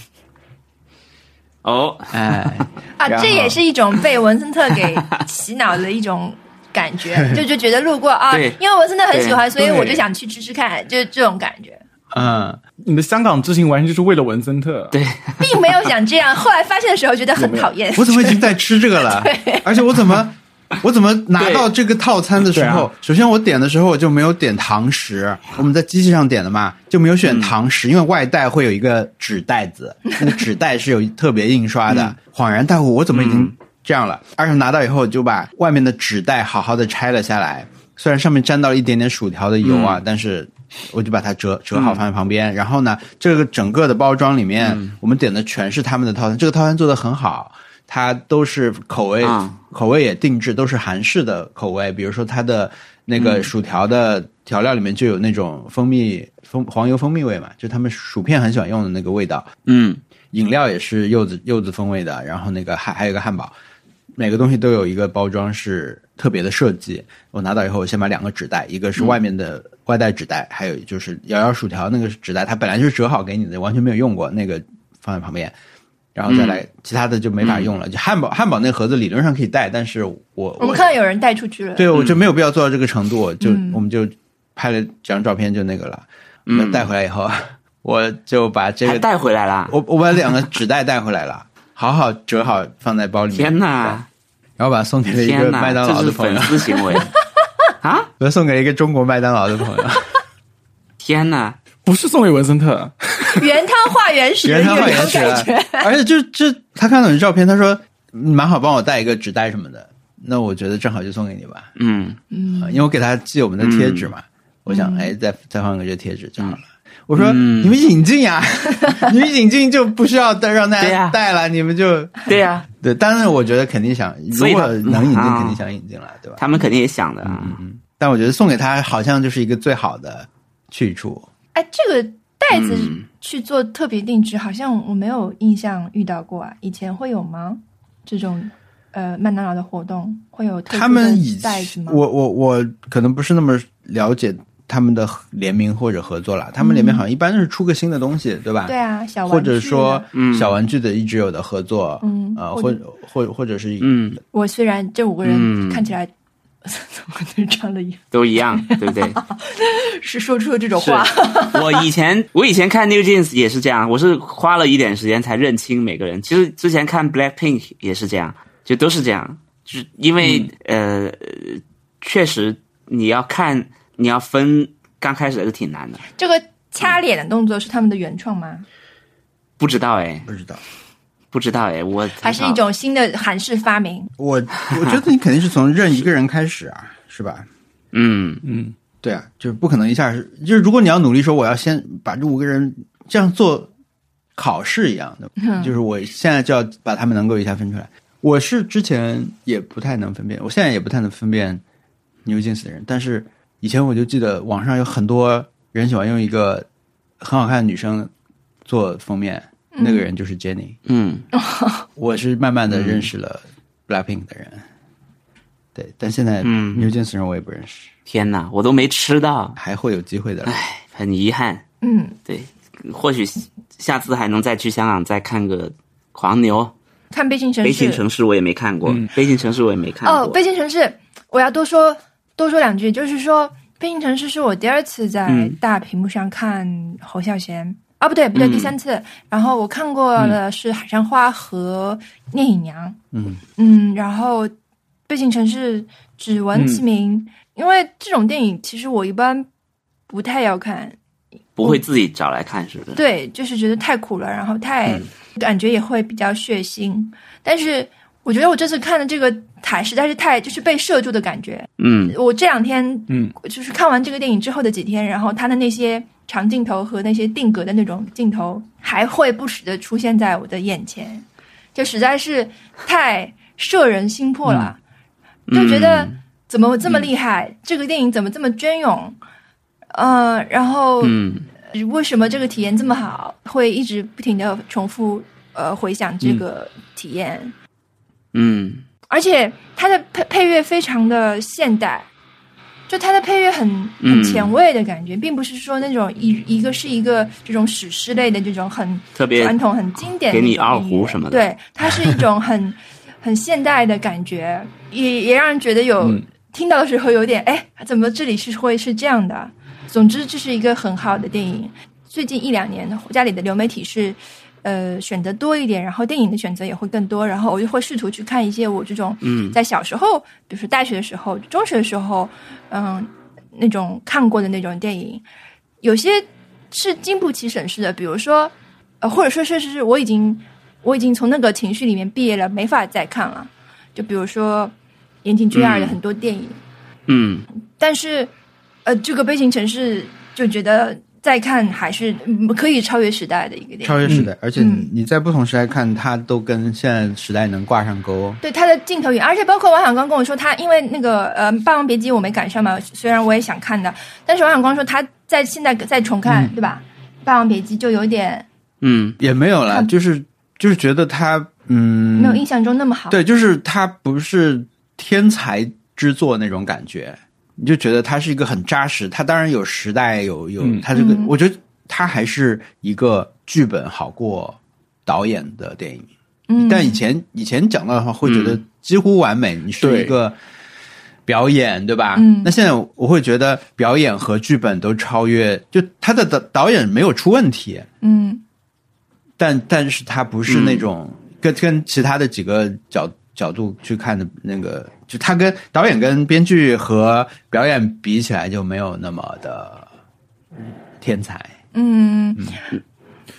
S2: 哦，
S3: 哎，
S1: 啊，
S3: 然后
S1: 这也是一种被文森特给洗脑的一种感 觉，就就觉得路过啊，
S2: 对
S1: 因为文森特很喜欢，所以
S3: 对
S1: 我就想去吃吃看，就是这种感觉，
S3: 嗯，
S4: 你的香港之行完全就是为了文森特，
S2: 对，
S1: 并没有想这样。后来发现的时候觉得很讨厌，
S3: 我怎么已经在吃这个 了？而且我怎么 我怎么拿到这个套餐的时候，
S4: 对啊
S3: 首先我点的时候我就没有点堂食，我们在机器上点的嘛，就没有选堂
S4: 嗯
S3: 食，因为外带会有一个纸袋 子，那个纸袋是有特别印刷
S4: 嗯
S3: 的。恍然大悟，我怎么已经这样了？而且拿到以后就把外面的纸袋好好的拆了下来，虽然上面沾到了一点点薯条的油啊，
S4: 嗯
S3: 但是。我就把它折折好放在旁边，然后呢，这个整个的包装里面，
S4: 嗯
S3: 我们点的全是他们的套餐，这个套餐做的很好，它都是口味、
S2: 啊
S3: 口味也定制，都是韩式的口味，比如说它的那个薯条的调料里面就有那种蜂蜜蜂黄油蜂蜜味嘛，就他们薯片很喜欢用的那个味道。
S2: 嗯，
S3: 饮料也是柚子柚子风味的，然后那个还还有一个汉堡，每个东西都有一个包装是特别的设计。我拿到以后，我先买两个纸袋，一
S1: 嗯
S3: 个是外面的外带纸袋，还有就是摇摇薯条那个纸袋，它本来就是折好给你的，完全没有用过，那个放在旁边。然后再
S1: 嗯
S3: 来，其他的就没法用了。就汉堡，汉堡那盒子理论上可以带，但是我
S1: 我们看嗯到有人带出去了，
S3: 对，我就没有必要做到这个程度，我就我们就拍了几张照片，就那个了。
S1: 嗯
S3: 那带回来以后， 我就把这
S2: 还
S3: 个
S2: 带回来啦！
S3: 我我把两个纸袋带回来了，好好折好放在包里面。
S2: 天哪，
S3: 然后把它送给了一
S2: 天
S3: 个麦
S2: 哪，
S3: 当劳
S2: 这
S3: 的
S2: 是
S3: 朋
S2: 粉
S3: 友，
S2: 丝行 为啊！
S3: 我送给了一个中国麦当劳的 朋友，
S2: 天哪，
S4: 不是送给文森特，
S1: 原汤化原食，
S3: 原
S1: 有
S3: 汤化
S1: 这
S3: 原
S1: 种
S3: 食啊
S1: 感觉。。
S3: 而且就这，他看到你照片，他说嗯蛮好，帮我带一个纸袋什么的。那我觉得正好就送给你吧，
S2: 嗯，
S3: 啊因为我给他寄我们的贴纸嘛，我想哎再再换个这贴纸就好了。
S2: 嗯
S3: 我说、你们引 进呀，你们引进就不需要再让大
S2: 对
S3: 家
S2: 呀
S3: 带了，你们就
S2: 对呀，
S3: 对。啊当然，我觉得肯定想，如
S2: 所以
S3: 果
S2: 他
S3: 能引进，
S2: 啊
S3: 肯定想引进了，对吧？
S2: 他们肯定也想的
S3: 嗯
S2: 啊。
S3: 但我觉得送给他好像就是一个最好的去处。
S1: 哎，这个袋子
S2: 嗯
S1: 去做特别定制，好像我没有印象遇到过啊。以前会有吗？这种呃麦当劳的活动会有特殊
S3: 他们
S1: 的
S3: 以
S1: 袋子吗？
S3: 我我我可能不是那么了解他们的联名或者合作了。他们联名好像一般是出个新的东西，对吧？
S1: 对啊，小玩具
S3: 或者说
S2: 嗯
S3: 小玩具的一直有的合作，
S1: 嗯
S3: 呃，
S1: 或
S3: 或
S1: 者
S3: 或或者是
S2: 嗯，
S1: 我虽然这五个人
S2: 嗯
S1: 看起来、 怎么都穿了衣服，
S2: 都一样，对不对？
S1: 是说出了这种
S2: 是
S1: 话，
S2: 我以前我以前看 New Jeans 也是这样，我是花了一点时间才认清每个人。其实之前看 Blackpink 也是这样，就都是这样，就是因为、
S1: 嗯
S2: 呃，确实你要看你要分，刚开始还是挺难的。
S1: 这个掐脸的动作是他们的原创
S3: 嗯
S1: 吗？
S2: 不知道哎，
S3: 不知道。
S2: 不知道哎，我
S1: 还是一种新的韩式发明？
S3: 我我觉得你肯定是从认一个人开始啊，是吧？
S2: 嗯，
S4: 嗯，
S3: 对啊，就是不可能一下是，就是如果你要努力说我要先把这五个人这样做考试一样的，就是我现在就要把他们能够一下分出来。我是之前也不太能分辨，我现在也不太能分辨 New Jeans 的人，但是以前我就记得网上有很多人喜欢用一个很好看的女生做封面，那个人就是 Jennie。
S2: 嗯，
S3: 我是慢慢的认识了 Blackpink 的人，对，但现在
S2: 嗯
S3: New Jeans 人我也不认识，
S2: 天哪，我都没吃到，
S3: 还会有机会的啦。
S2: 唉，很遗憾。
S1: 嗯，
S2: 对，或许下次还能再去香港再看个《狂牛》。
S1: 看《悲情城
S2: 悲
S1: 市
S2: 情》城市我也没看过，悲情城市我也没看过。
S1: 嗯哦，《悲情城市》，我要多说多说两句，就是说，《悲情城市》是我第二次在
S2: 嗯
S1: 大屏幕上看侯孝贤。啊，不对，不对，
S2: 嗯
S1: 第三次。然后我看过的是《海上花》和《聂隐娘》。
S3: 嗯
S1: 嗯，然后《背景城市》只闻其名，因为这种电影其实我一般不太要看，
S2: 不会自己找来看，是不是？
S1: 对，就是觉得太苦了，然后太、
S2: 嗯
S1: 感觉也会比较血腥。但是我觉得我这次看的这个台实在是太就是被射住的感觉。
S2: 嗯
S1: 我这两天
S4: 嗯，
S1: 就是看完这个电影之后的几天，然后他的那些长镜头和那些定格的那种镜头，还会不时的出现在我的眼前，这实在是太摄人心魄了。就觉得怎么这么厉害，这个电影怎么这么隽永，呃，然后
S2: 嗯
S1: 为什么这个体验这么好，会一直不停的重复呃回想这个体验，
S2: 嗯
S1: 而且它的配配乐非常的现代。就它的配乐很很
S2: 嗯
S1: 前卫的感觉，并不是说那种一一个是一个这种史诗类的这种很
S2: 特别
S1: 传统、很经典的
S2: 给
S1: 那
S2: 你
S1: 种
S2: 二
S1: 音
S2: 胡
S1: 乐
S2: 什么的
S1: 对，它是一种 很很现代的感觉，也也让人觉得有、
S2: 嗯
S1: 听到的时候有点哎，怎么这里是会是这样的？总之，这是一个很好的电影。最近一两年，家里的流媒体是呃选择多一点，然后电影的选择也会更多，然后我就会试图去看一些我这种
S2: 嗯
S1: 在小时候，比如说大学的时候、中学的时候，嗯，那种看过的那种电影，有些是经不起审视的，比如说，呃，或者说是是我已经我已经从那个情绪里面毕业了，没法再看了。就比如说岩井俊二的
S2: 嗯
S1: 很多电影，
S2: 嗯
S1: 但是呃，这个《悲情城市》就觉得再看还是嗯可以超越时代的一个电影。
S3: 超越时代，而且
S1: 嗯
S3: 你在不同时代看，它都跟现在时代能挂上钩。
S1: 对他的镜头也，而且包括王小光跟我说他，因为那个呃《霸王别姬》我没赶上嘛，虽然我也想看的，但是王小光说他在现在再重
S3: 嗯
S1: 看，对吧？《霸王别姬》就有点
S2: 嗯
S3: 也没有啦，
S1: 看
S3: 就是就是觉得他，嗯，
S1: 没有印象中那么好。
S3: 对，就是他不是天才之作那种感觉，你就觉得他是一个很扎实。他当然有时代，有有
S4: 嗯
S3: 他这个，
S1: 嗯
S3: 我觉得他还是一个剧本好过导演的电影。
S1: 嗯，
S3: 但以前以前讲到的话，会觉得几乎完美，你是
S4: 嗯对
S3: 一个表演，对吧？
S1: 嗯
S3: 那现在我会觉得表演和剧本都超越，就他的导导演没有出问题，
S1: 嗯
S3: 但但是他不是那种跟、跟其他的几个角角度去看的那个，就他跟导演、跟编剧和表演比起来就没有那么的天才。
S1: 嗯，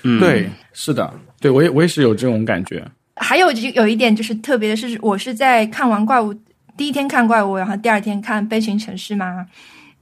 S2: 嗯，
S4: 对，是的，对我也我也是有这种感觉。
S1: 还有就有一点就是特别的是，我是在看完怪物第一天看怪物，然后第二天看《悲情城市》嘛。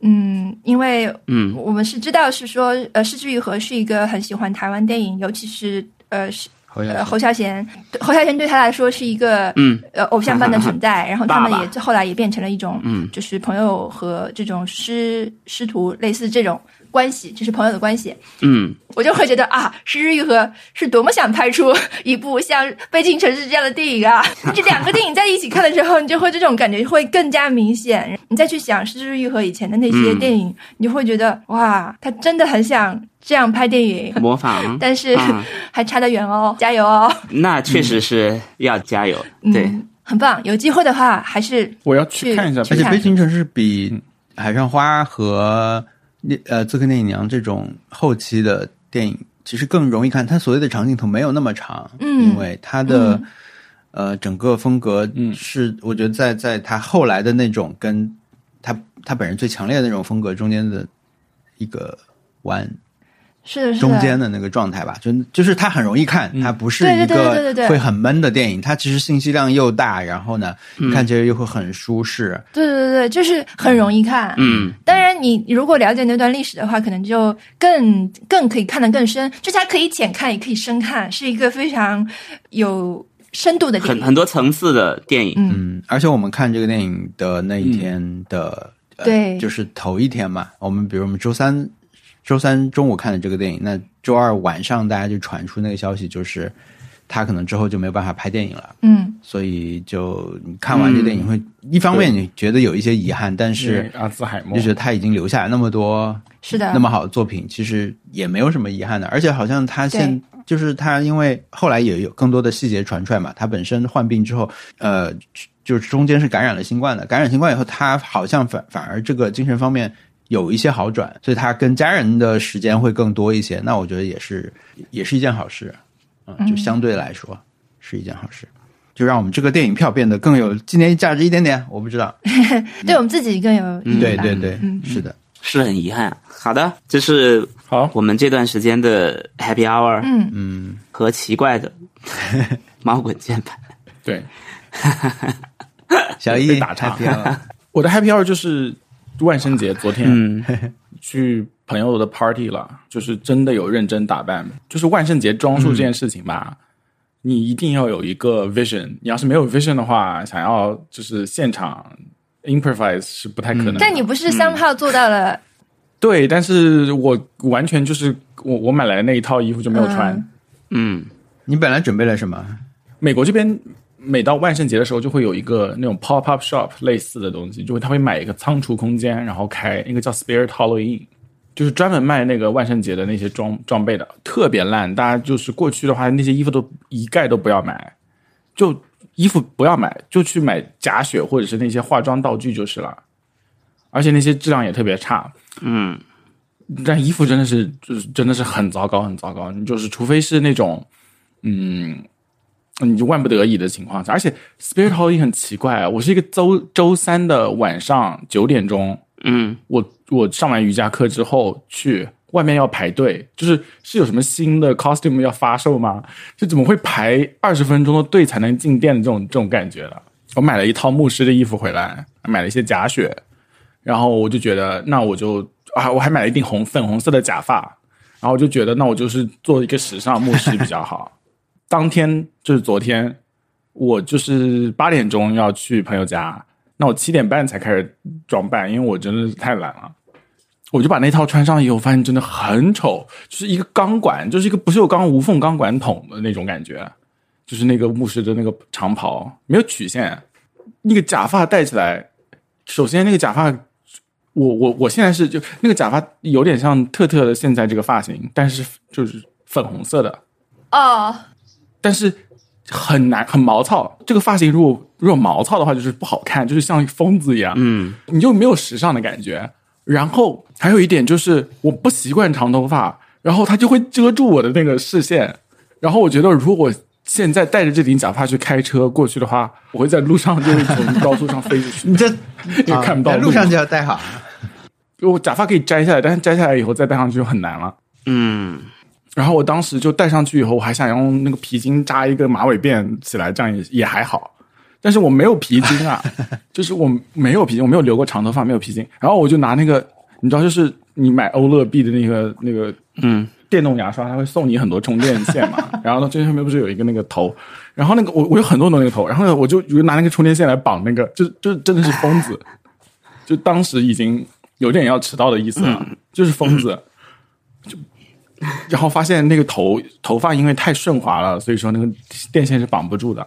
S1: 嗯，因为
S2: 嗯
S1: 我们是知道是说，呃，施之愈和是一个很喜欢台湾电影，尤其是呃是
S3: 侯
S1: 呃侯孝贤，对侯孝贤对他来说是一个
S2: 嗯
S1: 呃偶像般的存 在，然后他们
S2: 爸爸
S1: 也后来也变成了一种
S2: 嗯
S1: 就是朋友和这种师师徒类似这种关系，只是朋友的关系，
S2: 嗯，
S1: 我就会觉得啊，是日玉和是多么想拍出 一部像《北京城市》这样的电影 啊！这两个电影在一起看的时候，你就会这种感觉会更加明显。你再去想是日玉和以前的那
S2: 嗯
S1: 些电影，你就会觉得哇，他真的很想这样拍电影，
S2: 模仿，
S1: 呃但是、
S2: 啊
S1: 还差得远哦，加油哦！
S2: 那确实是要加油。对，
S1: 嗯，很棒，有机会的话还是
S4: 我要去
S1: 去
S4: 看一下
S1: 去
S4: 北
S3: 而
S4: 京
S3: 且
S1: 看
S3: 《悲情城市》比《海上花》和那呃《刺客聂隐娘》这种后期的电影，其实更容易看。它所谓的长镜头没有那么长，
S1: 嗯
S3: 因为它的、呃整个风格
S4: 嗯
S3: 是，我觉得在在他后来的那种跟他他本人最强烈的那种风格中间的一个弯，
S1: 是的，是的
S3: 中间的那个状态吧，就就是它很容易看，它不是
S1: 对对
S3: 一
S1: 对对对
S3: 个
S1: 对
S3: 会很闷的电影，它其实信息量又大，然后呢，看起来又会很舒适。
S1: 对对对，就是很容易看。
S2: 嗯，
S1: 当然，你如果了解那段历史的话，可能就更更可以看得更深，就是它可以浅看，也可以深看，是一个非常有深度的电
S2: 很
S1: 影。
S2: 很多层次的电影，
S1: 嗯
S3: 嗯，而且我们看这个电影的那一天的，呃
S1: 嗯对
S3: 就是头一天嘛，我们比如我们周三周三中午看的这个电影，那周二晚上大家就传出那个消息，就是他可能之后就没有办法拍电影了。
S1: 嗯，
S3: 所以就你看完这电影会，一方面你觉得有一些遗憾，但是
S4: 阿兹海默
S3: 就，觉得他已经留下了那么多
S1: 哦是的。
S3: 那么好的作品，其实也没有什么遗憾的。而且好像他现
S1: 对
S3: 就是他，因为后来也有更多的细节传出来嘛，他本身患病之后，呃，就是中间是感染了新冠的，感染新冠以后，他好像反反而这个精神方面。有一些好转，所以他跟家人的时间会更多一些。那我觉得也是，也是一件好事，嗯，就相对来说是一件好事，就让我们这个电影票变得更有纪念价值一点点。我不知道，
S1: 对我们自己更有嗯意义
S3: 嗯对
S1: 吧
S3: 对对，是的，
S2: 是很遗憾。好的，这是
S4: 好，
S2: 我们这段时间的 Happy Hour，
S1: 嗯
S2: 嗯，和奇怪的
S4: 嗯
S2: 猫滚键盘。
S4: 对，
S3: 小
S4: 被
S3: 易
S4: 打岔
S3: 太偏 了。
S4: 我的 Happy Hour 就是万圣节昨天，
S2: 嗯，
S4: 去朋友的 party 了，就是真的有认真打扮，就是万圣节装束这件事情吧。你一定要有一个 vision，你要是没有 vision 的话，想要就是现场 improvise 是不太可能的。
S1: 嗯但你不是三号做到了，
S4: 对，但是我完全就是我我买来的那一套衣服就没有穿。
S1: 嗯
S2: 嗯，
S3: 你本来准备了什么？
S4: 美国这边每到万圣节的时候，就会有一个那种 pop up shop 类似的东西，就会他会买一个仓储空间，然后开一个叫 Spirit Halloween，就是专门卖那个万圣节的那些装装备的，特别烂。大家就是过去的话，那些衣服都一概都不要买，就衣服不要买，就去买假雪或者是那些化妆道具就是了。而且那些质量也特别差，嗯，但衣服真的是就是真的是很糟糕，很糟糕。你就是除非是那种，嗯，你就万不得已的情况下，而且 Spirit Hall 也很奇怪，啊我是一个周周三的晚上九点钟，
S2: 嗯，
S4: 我我上完瑜伽课之后去外面要排队，就是是有什么新的 costume 要发售吗？就怎么会排二十分钟的队才能进店的这种这种感觉了？我买了一套牧师的衣服回来，买了一些假雪，然后我就觉得那我就啊，我还买了一顶红粉红色的假发，然后我就觉得那我就是做一个时尚牧师比较好。当天就是昨天，我就是八点钟要去朋友家，那我七点半才开始装扮，因为我真的是太懒了。我就把那套穿上以后，发现真的很丑，就是一个钢管，就是一个不锈钢无缝钢管筒的那种感觉，就是那个牧师的那个长袍没有曲线，那个假发戴起来，首先那个假发，我我我现在是就那个假发有点像特特的现在这个发型，但是就是粉红色的，
S1: 哦，
S4: 但是很难很毛糙。这个发型如果如果毛糙的话，就是不好看，就是像疯子一样，
S2: 嗯，
S4: 你就没有时尚的感觉。然后还有一点就是我不习惯长头发，然后它就会遮住我的那个视线。然后我觉得如果现在戴着这顶假发去开车过去的话，我会在路上就会从高速上飞出去，
S3: 你这
S4: 因为看不
S3: 啊
S4: 到路
S3: 路上就要戴好。
S4: 我假发可以摘下来，但是摘下来以后再戴上去就很难了。
S2: 嗯，
S4: 然后我当时就戴上去以后，我还想用那个皮筋扎一个马尾辫起来，这样也也还好。但是我没有皮筋啊，就是我没有皮筋，我没有留过长头发，没有皮筋。然后我就拿那个，你知道，就是你买欧乐 B 的那个那个，
S2: 嗯，
S4: 电动牙刷，它会送你很多充电线嘛。然后呢，这上面不是有一个那个头，然后那个我我有很多的那个头，然后呢，我就我就拿那个充电线来绑那个，就就真的是疯子。就当时已经有点要迟到的意思了，就是疯子。就然后发现那个头头发因为太顺滑了，所以说那个电线是绑不住的。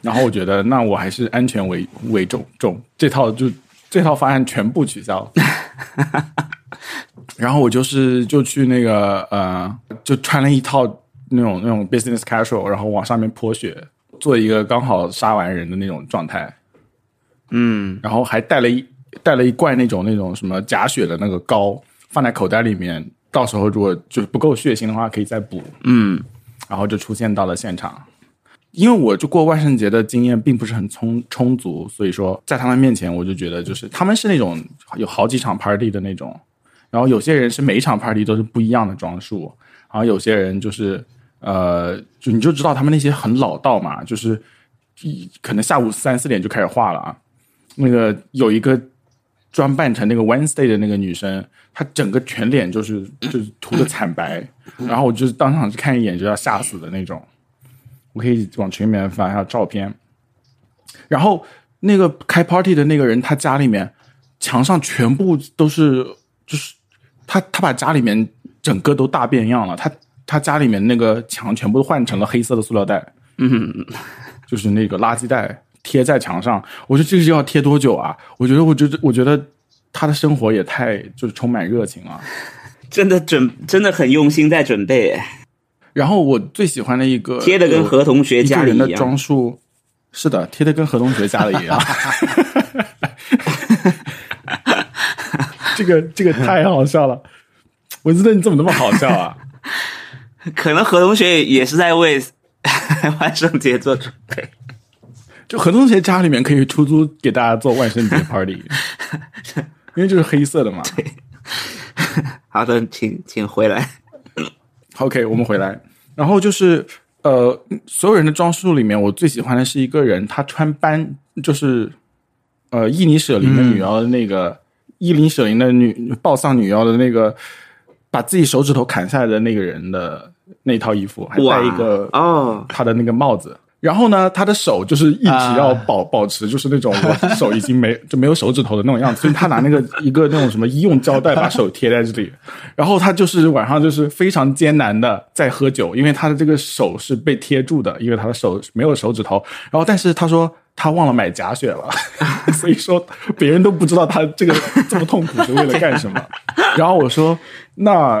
S4: 然后我觉得，那我还是安全为为重重，这套就这套方案全部取消。然后我就是就去那个呃，就穿了一套那种那种 business casual，然后往上面泼雪，做一个刚好杀完人的那种状态。
S2: 嗯，
S4: 然后还带了一带了一罐那种那种什么假血的那个膏，放在口袋里面，到时候如果就是不够血腥的话，可以再补。
S2: 嗯，
S4: 然后就出现到了现场。因为我就过万圣节的经验并不是很充充足，所以说在他们面前，我就觉得就是他们是那种有好几场 party 的那种，然后有些人是每一场 party 都是不一样的装束，然后有些人就是呃，就你就知道他们那些很老道嘛，就是一可能下午三四点就开始画了啊。那个有一个装扮成那个 Wednesday 的那个女生，她整个全脸就是就是涂的惨白，然后我就是当场看一眼就要吓死的那种。我可以往群里面发一下照片。然后那个开 party 的那个人，他家里面墙上全部都是，就是他他把家里面整个都大变样了，他他家里面那个墙全部都换成了黑色的塑料袋，嗯，就是那个垃圾袋贴在墙上。我说这个是要贴多久啊？我觉得，我觉得，我觉得他的生活也太就是充满热情啊了。
S2: 真的准，真的很用心在准备，
S4: 然后我最喜欢的一个
S2: 贴的跟
S4: 呃
S2: 合同学
S4: 一
S2: 家
S4: 个
S2: 里
S4: 人的
S2: 一样。
S4: 装束，是的，贴的跟合同学家的一样。 这个这个太好笑了，文斯顿你怎么那么好笑啊？
S2: 可能何同学也是在为 万圣节做准备，
S4: 就合同学家里面可以出租给大家做万圣节 party，因为就是黑色的嘛。
S2: 好的，请请回来。
S4: OK，我们回来，然后就是呃，所有人的装束里面，我最喜欢的是一个人，他穿班就是呃《伊尼舍林》的女妖的那个《伊尼舍林》的女暴丧女妖的那个，把自己手指头砍下来的那个人的那套衣服，还
S2: 哇
S4: 戴一个
S2: 哦，
S4: 他的那个帽子。然后呢，他的手就是一直要保、 保持，就是那种我手已经没就没有手指头的那种样子，所以他拿那个一个那种什么医用胶带把手贴在这里，然后他就是晚上就是非常艰难的在喝酒，因为他的这个手是被贴住的，因为他的手没有手指头。然后但是他说他忘了买假血了， 所以说别人都不知道他这个这么痛苦是为了干什么。然后我说那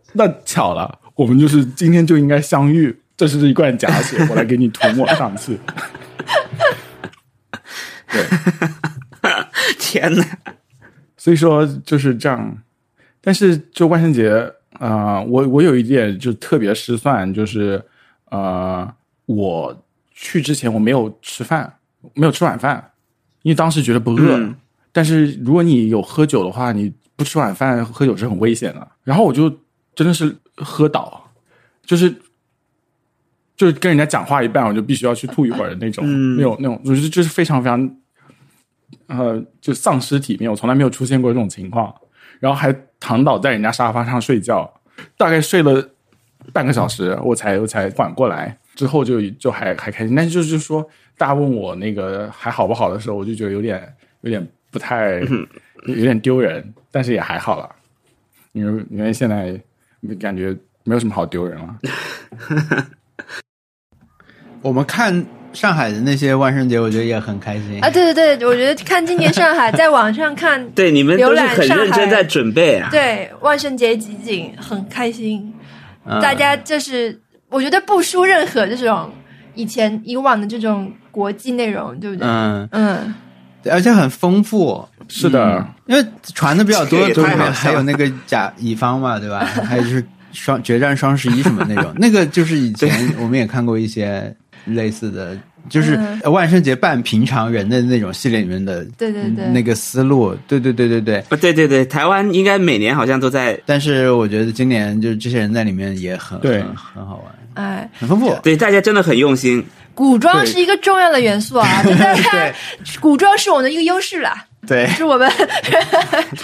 S4: 那巧了，我们就是今天就应该相遇。这是一罐假血，我来给你涂抹上去。对，
S2: 天哪！
S4: 所以说就是这样。但是就万圣节啊、呃我我有一点就特别失算，就是呃，我去之前我没有吃饭，没有吃晚饭，因为当时觉得不饿。
S2: 嗯
S4: 但是如果你有喝酒的话，你不吃晚饭喝酒是很危险的。然后我就真的是喝倒，就是就是跟人家讲话一半，我就必须要去吐一会儿的那种，那种那种，就是就是非常非常呃，就丧失体面，我从来没有出现过这种情况。然后还躺倒在人家沙发上睡觉，大概睡了半个小时，我才我才缓过来。之后就就还还开心，但是就是说，大家问我那个还好不好的时候，我就觉得有点有点不太有有点丢人，但是也还好了，因为因为现在感觉没有什么好丢人了。
S3: 我们看上海的那些万圣节，我觉得也很开心
S1: 啊，。对对对，我觉得看今年上海，在网上 看
S2: 对，你们都是很认真在准备啊。
S1: 对万圣节集锦很开心，
S3: 嗯
S1: 大家就是我觉得不输任何这种以前以往的这种国际内容，对不对？
S3: 嗯，
S1: 嗯，
S3: 对而且很丰富，
S4: 是
S3: 嗯
S4: 的，
S3: 因为传的比较多，
S2: 这个也太
S3: 还
S2: 好
S3: 有
S2: 笑
S3: 还
S2: 了
S3: 有那个甲乙方嘛， 对吧？还有就是双决战双十一什么那种，那个就是以前我们也看过一些类似的，就是
S1: 嗯
S3: 万圣节扮平常人的那种系列里面的
S1: 对对对，
S3: 那个思路，对对对对对。
S2: 啊，对对对，台湾应该每年好像都在，
S3: 但是我觉得今年就是这些人在里面也很
S4: 对
S3: 很很好玩，
S1: 哎，
S3: 很丰富。
S2: 对大家真的很用心。
S1: 古装
S4: 对
S1: 是一个重要的元素啊，就大家
S3: 对
S1: 古装是我们的一个优势啦，
S3: 对，
S1: 是我们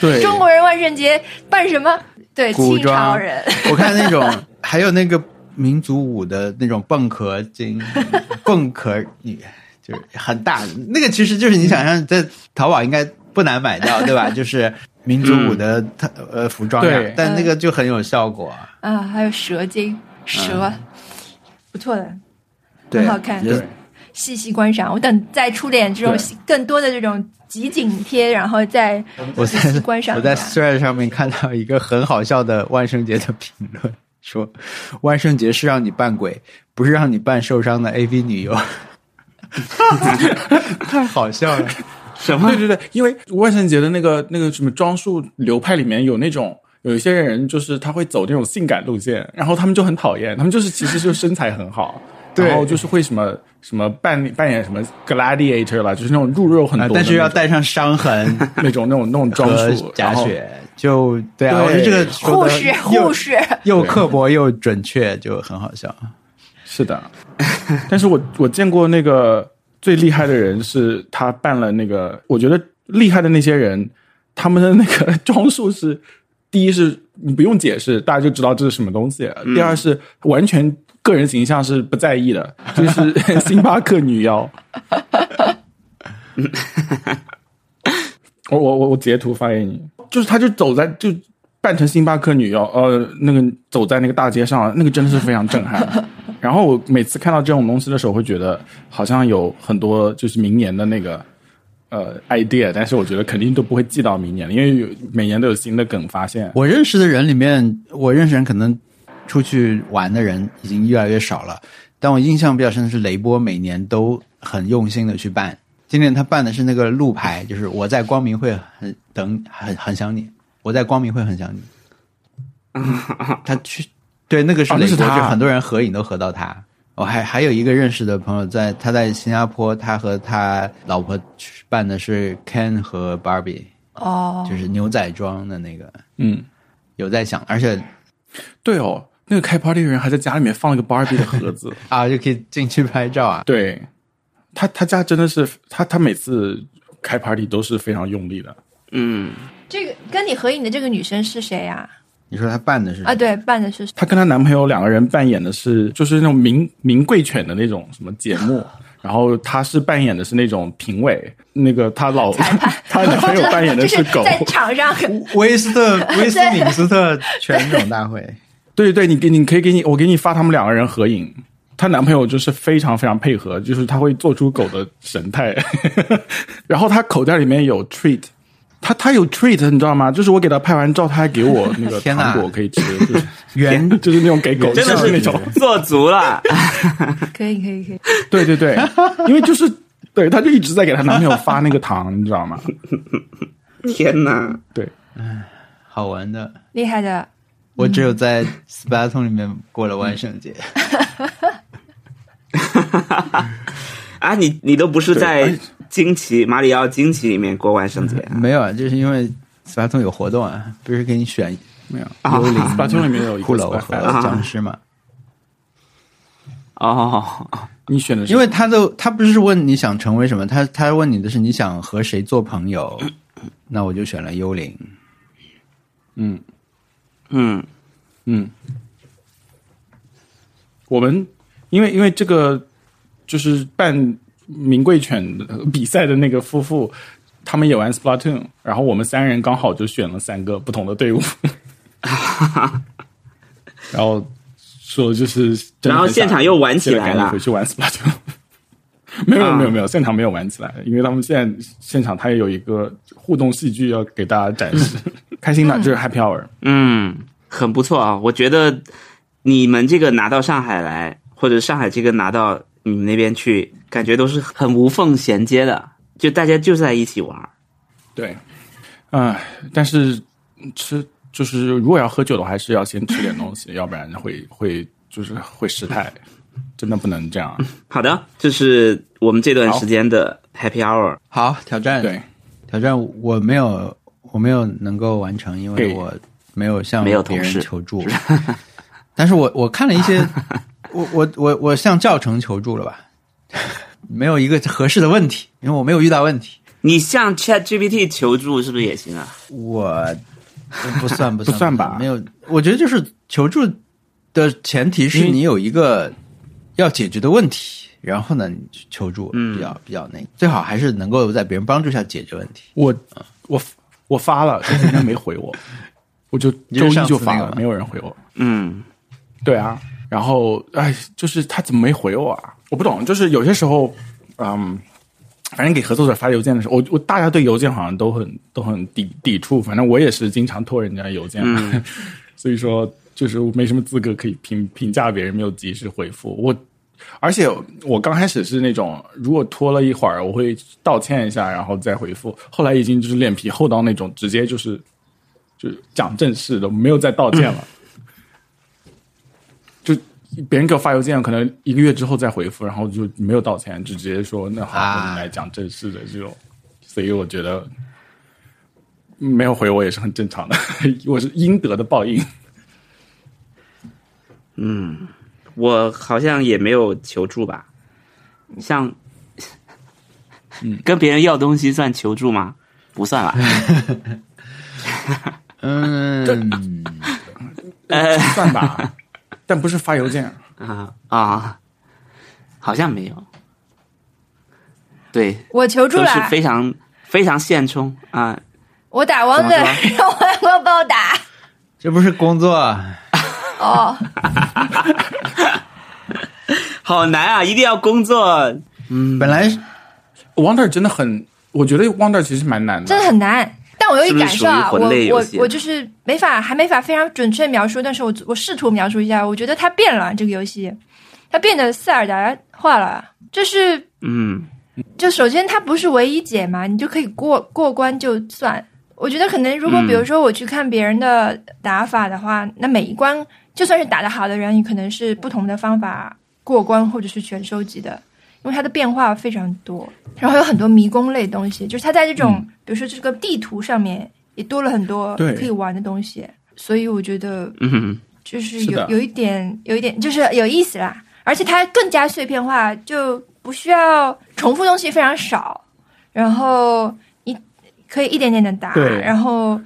S4: 对，
S1: 中国人万圣节办什么？对，
S3: 古
S1: 清
S3: 装
S1: 朝人，
S3: 我看那种还有那个民族舞的那种蚌壳精、 蚌壳女，就是很大。那个其实就是你想象在淘宝应该不难买到，对 吧？就是民族舞的
S1: 嗯
S3: 它呃服装呀
S4: 对，
S3: 但那个就很有效果，
S1: 啊，还有蛇
S3: 嗯
S1: 精，蛇，不错的，
S3: 对，
S1: 很好看
S3: 就是
S4: 对，
S1: 细细观赏。我等再出点这种
S4: 对
S1: 细更多的这种集锦贴，然后再
S3: 我
S1: 仔
S3: 在
S1: 细观赏
S3: 我
S1: 一下
S3: 在 Thread 上面看到一个很好笑的万圣节的评论，说万圣节是让你扮鬼，不是让你扮受伤的 AV 女优， 太好笑了。
S2: 什么
S4: 对对对，因为万圣节的那个那个什么装束流派里面有那种。有一些人就是他会走那种性感路线，然后他们就很讨厌，他们就是其实就是身材很好，
S3: 对
S4: 然后就是会什么什么扮扮演什么 gladiator 啦，就是那种入肉很多
S3: 啊
S4: 的那种、
S3: 但是要带上伤痕
S4: 那种那种那种 装
S3: 和
S4: 束
S3: 假，
S4: 然后
S3: 血，就对啊，
S4: 对
S3: 我觉得这个说
S1: 护
S3: 得
S1: 士
S3: 又
S1: 护士，
S3: 又刻薄又准确，就很好笑。
S4: 是的。 但是我我见过那个最厉害的人是他办了那个，我觉得厉害的那些人，他们的那个装束是，第一是你不用解释，大家就知道这是什么东西；第二是完全个人形象是不在意的，就是星巴克女 妖。我我我我截图发给你，就是他就走在就扮成星巴克女妖，呃，那个走在那个大街上，那个真的是非常震 撼。然后我每次看到这种东西的时候，会觉得好像有很多就是明年的那个呃 idea，但是我觉得肯定都不会记到明年了，因为有每年都有新的梗发现。
S3: 我认识的人里面，我认识人可能出去玩的人已经越来越少了，但我印象比较深的是雷波每年都很用心的去办。今年他办的是那个路牌，就是我在光明会很等很很想你，我在光明会很想 你。他去对那个是
S4: 哦
S3: 雷波，
S4: 那是他
S3: 就很多人合影都合到他。我还还有一个认识的朋友在，他在新加坡，他和他老婆去办的是 Ken 和 Barbie，
S1: 哦
S3: 就，是牛仔装的那个。
S4: 嗯，
S3: 有在想，而且
S4: 对哦，那个开 party 的人还在家里面放了个 Barbie 的盒子。
S3: 啊，就可以进去拍照啊。
S4: 对他，他家真的是他，他每次开 party 都是非常用力的。
S2: 嗯，
S1: 这个跟你合影的这个女生是谁呀？
S3: 你说他办的是
S1: 啊，对，扮的是
S4: 她跟她男朋友两个人扮演的是就是那种名名贵犬的那种什么节 目，然后她是扮演的是那种评委，那个她老 她男朋友扮演 的
S1: 就是
S4: 狗。
S1: 在场上
S3: 威斯特威斯敏斯特犬种大会，
S4: 对对，你给你可以给你我给你发他们两个人合影。她男朋友就是非常非常配合，就是他会做出狗的神态， 然后他口袋里面有 treat，他他有 treat，你知道吗？就是我给他拍完照，他还给我那 个
S3: 天哪
S4: 糖果可以吃，就是
S3: 原
S4: 就是那种给狗
S2: 真的
S4: 吃
S2: 是
S4: 那种。
S2: 做足了，
S1: 可以可以可以，
S4: 对对对，因为就是对，她就一直在给她男朋友发那个糖，你知道吗？
S2: 天哪！
S4: 对，
S3: 好玩的。
S1: 厉害的。
S3: 我只有在斯巴通里面过了万圣节，
S2: 啊，你你都不是
S4: 对
S2: 在惊奇马里奥惊奇里面过万圣节啊？
S3: 没有啊，就是因为斯巴通有活动啊，不是给你选
S4: 没有幽灵，八丘里面哦有一
S3: 啊骷
S4: 个
S3: 髅
S4: Spy
S3: 和
S4: Family
S3: 僵尸嘛？
S2: 哦，
S4: 你选的是
S3: 因为他的他不是问你想成为什么，他他问你的是你想和谁做朋友，那我就选了幽灵。
S4: 嗯
S2: 嗯，
S4: 嗯，我们因为因为这个就是办名贵犬的比赛的那个夫妇，他们也玩 Splatoon，然后我们三人刚好就选了三个不同 的队伍，然后说就是真的很想，
S2: 然后现场又玩起来了啊
S4: 现在赶紧回去玩 Splatoon。没有没有没有，现场没有玩起来，因为他们现在现场他也有一个互动戏剧要给大家 展示，开心的就是 Happy Hour。
S2: 嗯，很不错啊！我觉得你们这个拿到上海来，或者上海这个拿到你们那边去，感觉都是很无缝衔接的，就大家就在一起玩儿。
S4: 对，唉，但是吃就是如果要喝酒的话，还是要先吃点东西，要不然会会就是会失态，真的不能这样。
S2: 好的，这是我们这段时间的 Happy Hour。
S3: 好，挑战
S4: 对，
S3: 挑战我没有，我没有能够完成，因为
S4: 对
S3: 我没有向
S2: 没有同
S3: 别人
S2: 事
S3: 求助。 但是我我看了一些，我我我我向教程求助了吧， 没有一个合适的问题，因为我没有遇到问题，
S2: 你向 Chat GPT 求助是不是也行啊？
S3: 我不算不算
S4: 不算吧
S3: 没有，我觉得就是求助的前提是
S4: 因为
S3: 你有一个要解决的问题，然后呢，你去求助比较、比较那个，最好还是能够在别人帮助下解决问题。
S4: 我我我发了，但是人家没回我，我就
S3: 你
S4: 周
S3: 就
S4: 一
S3: 上次
S4: 就发
S3: 那个
S4: 了，
S3: 吗
S4: 没有人回我。
S2: 嗯，
S4: 对啊，然后哎，就是他怎么没回我啊？我不懂，就是有些时候，嗯，反正给合作者发邮件的时候，我我大家对邮件好像都很都很抵抵触，反正我也是经常拖人家邮件，
S3: 嗯
S4: 所以说就是我没什么资格可以评评价别人没有及时回复我。而且我刚开始是那种，如果拖了一会儿，我会道歉一下，然后再回复。后来已经就是脸皮厚到那种，直接就是就是讲正事的，没有再道歉了。就别人给我发邮件，可能一个月之后再回复，然后就没有道歉，就直接说那好，
S3: 啊
S4: 我们来讲正事的这种。所以我觉得没有回我也是很正常的， 我是应得的报应。
S2: 我好像也没有求助吧，像， 跟别人要东西算求助吗？不算吧。
S3: 嗯，
S4: 算吧，但不是发邮件。
S2: 啊啊，好像没有。对，
S1: 我求助
S2: 都是
S1: 了，
S2: 非常非常现充啊！
S1: 我打王者，
S2: 怎么
S1: 让王哥帮我打。
S3: 这不是工作啊，
S1: 哦，
S2: 好难啊，一定要工作。
S4: 嗯
S3: 本来是
S4: Wonder 真的很，我觉得 Wonder 其实蛮难的
S1: 真的。很难。但我有一感受啊，
S2: 是不是属于魂类
S1: 我
S2: 游
S1: 我
S2: 戏
S1: 我就是没法，还没法非常准确描述，但是我我试图描述一下，我觉得它变了，这个游戏，它变得塞尔达化了，就是
S2: 嗯，
S1: 就首先它不是唯一解嘛，你就可以过过关就算。我觉得可能如果
S2: 嗯
S1: 比如说我去看别人的打法的话，那每一关就算是打得好的人，也可能是不同的方法过关或者是全收集的，因为它的变化非常多，然后有很多迷宫类东西，就是它在这种、比如说这个地图上面也多了很多
S4: 对
S1: 可以玩的东西，所以我觉得
S2: 嗯，
S1: 就是
S4: 是
S1: 有
S4: 的
S1: 有一点，有一点就是有意思啦，而且它更加碎片化，就不需要重复东西非常少，然后一可以一点点的打，
S4: 对
S1: 然后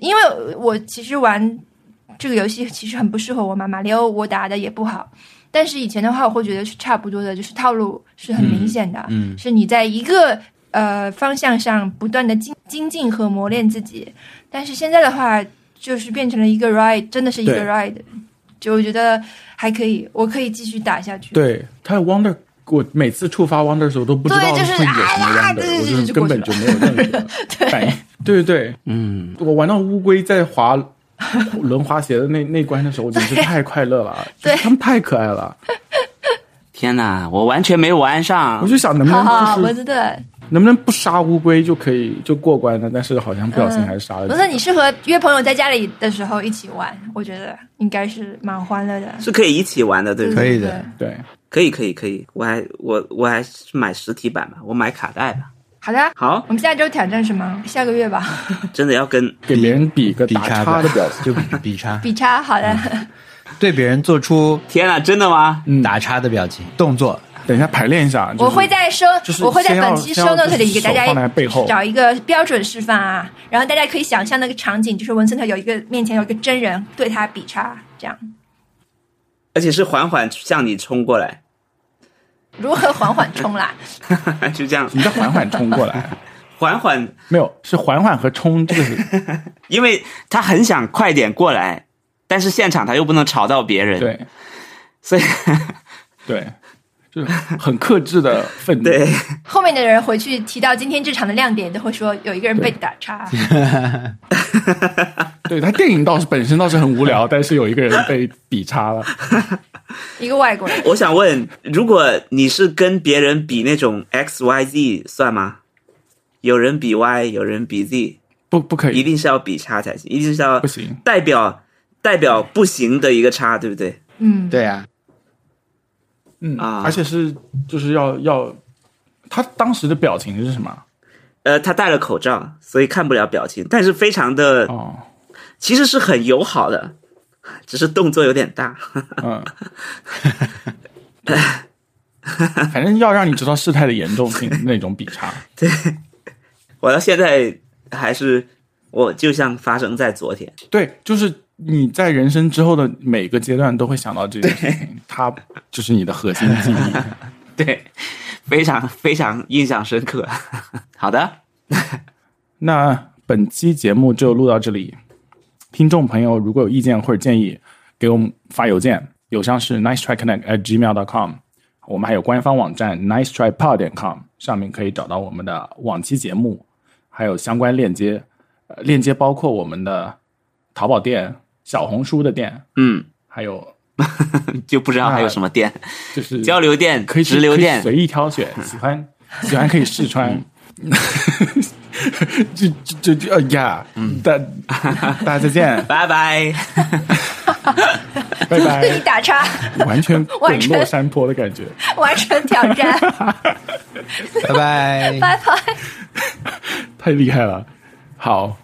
S1: 因为我其实玩这个游戏其实很不适合我嘛，马里奥我打的也不好。但是以前的话，我会觉得是差不多的，就是套路是很明显的，
S3: 嗯嗯
S1: 是你在一个呃方向上不断的精精进和磨练自己。但是现在的话，就是变成了一个 ride，真的是一个
S4: 对
S1: ride，就我觉得还可以，我可以继续打下 去。
S4: 对，他的 Wonder，我每次触发 Wonder 的时候都不知道
S1: 对
S4: 会
S1: 就
S4: 有
S1: 是
S4: 什么
S1: 哎呀
S4: Wonder，、
S1: 对对
S4: 我
S1: 对
S4: 就是
S1: 就过
S4: 根
S1: 去
S4: 本
S1: 了
S4: 就没有任 何反应。对对对，
S2: 嗯，
S4: 我玩到乌龟在滑轮滑鞋的那那关的时候，我简直太快乐了，
S1: 对
S4: 就是他们太可爱了。
S2: 天哪，我完全没玩上
S4: 我。就想能不
S1: 好
S4: 能
S1: 好，
S4: 就
S1: 蚊
S4: 是
S1: 子的，
S4: 能不能不杀乌龟就可以就过关呢？但是好像不小
S1: 嗯
S4: 心还是杀了几
S1: 蚊
S4: 个。
S1: 子，你适合约朋友在家里的时候一起玩，我觉得应该是蛮欢乐的。
S2: 是可以一起玩的，对不
S3: 可
S2: 对？
S3: 以的
S4: 对，
S2: 可以，可以，可以。我还我我还是买实体版吧，我买卡带吧。
S1: 好的，
S2: 好，
S1: 我们下周挑战什么？下个月吧，
S2: 真的要跟
S4: 给别人比一个
S3: 比
S4: 打
S3: 叉
S4: 叉的表情。
S3: 情，就比比叉，
S1: 比叉。好的，
S3: 对别人做出
S2: 天哪，真的吗？
S4: 嗯
S3: 打叉的表情动作，
S4: 等一下排练一下，就是
S1: 我会在收
S4: 就是，
S1: 我会在本期
S4: 先
S1: show
S4: 要
S1: note 里给大家
S4: 手放在背后
S1: 找一个标准示范啊，然后大家可以想象那个场景，就是文森特有一个面前有一个真人对他比叉，这样
S2: 而且是缓缓向你冲过来，
S1: 如何缓缓冲啦？
S2: 就这样
S4: 什么叫缓缓冲过来？
S2: 缓缓，
S4: 没有，是缓缓和冲这 个是
S2: 因为他很想快点过来，但是现场他又不能吵到别人，，
S4: 对
S2: 所 以
S4: 对，就是很克制的愤怒。
S2: 对，
S1: 后面的人回去提到今天这场的亮点，都会说有一个人被打叉。
S4: 对他电影倒是本身倒是很无聊，但是有一个人被比 叉了。
S1: 一个外国人，
S2: 我想问，如果你是跟别人比那种 x y z 算吗？有人比 y，有人比 z，
S4: 不不可
S2: 一
S4: 以，
S2: 定是要比差才行，一定是要
S4: 不行。
S2: 代表代表不行的一个差，对不对？
S1: 嗯，
S3: 对啊，
S4: 嗯
S2: 啊
S4: 而且是就是要要，他当时的表情是什么？
S2: 呃，他戴了口罩，所以看不了表情，但是非常的，
S4: 哦，
S2: 其实是很友好的，只是动作有点大。
S4: 嗯，对反正要让你知道事态的严重性那种比叉。
S2: 我到现在还是，我就像发生在昨天，
S4: 对，就是你在人生之后的每个阶段都会想到这件事情，它就是你的核心记忆。
S2: 对，非常非常印象深刻。好的，
S4: 那本期节目就录到这里。听众朋友如果有意见或者建议，给我们发邮件，邮箱是 nice try connect at gmail dot com。我们还有官方网站 nice try pod 点 com，上面可以找到我们的往期节目，还有相关链接。呃链接包括我们的淘宝店、小红书的店，
S2: 嗯，
S4: 还有
S2: 就不知道还有什么店，
S4: 就是
S2: 交流店、
S4: 可以
S2: 直流
S4: 可以
S2: 店，
S4: 随意挑选，喜欢喜欢可以试穿。 这这这呃呀，大大家再见，
S2: 拜拜。
S4: 拜
S1: 对 你
S4: 拜。
S1: 打叉，
S4: 完全滚
S1: 完成
S4: 落山坡的感觉，
S1: 完成挑战，
S3: 拜拜。
S1: 拜拜。
S4: 太厉害了。好，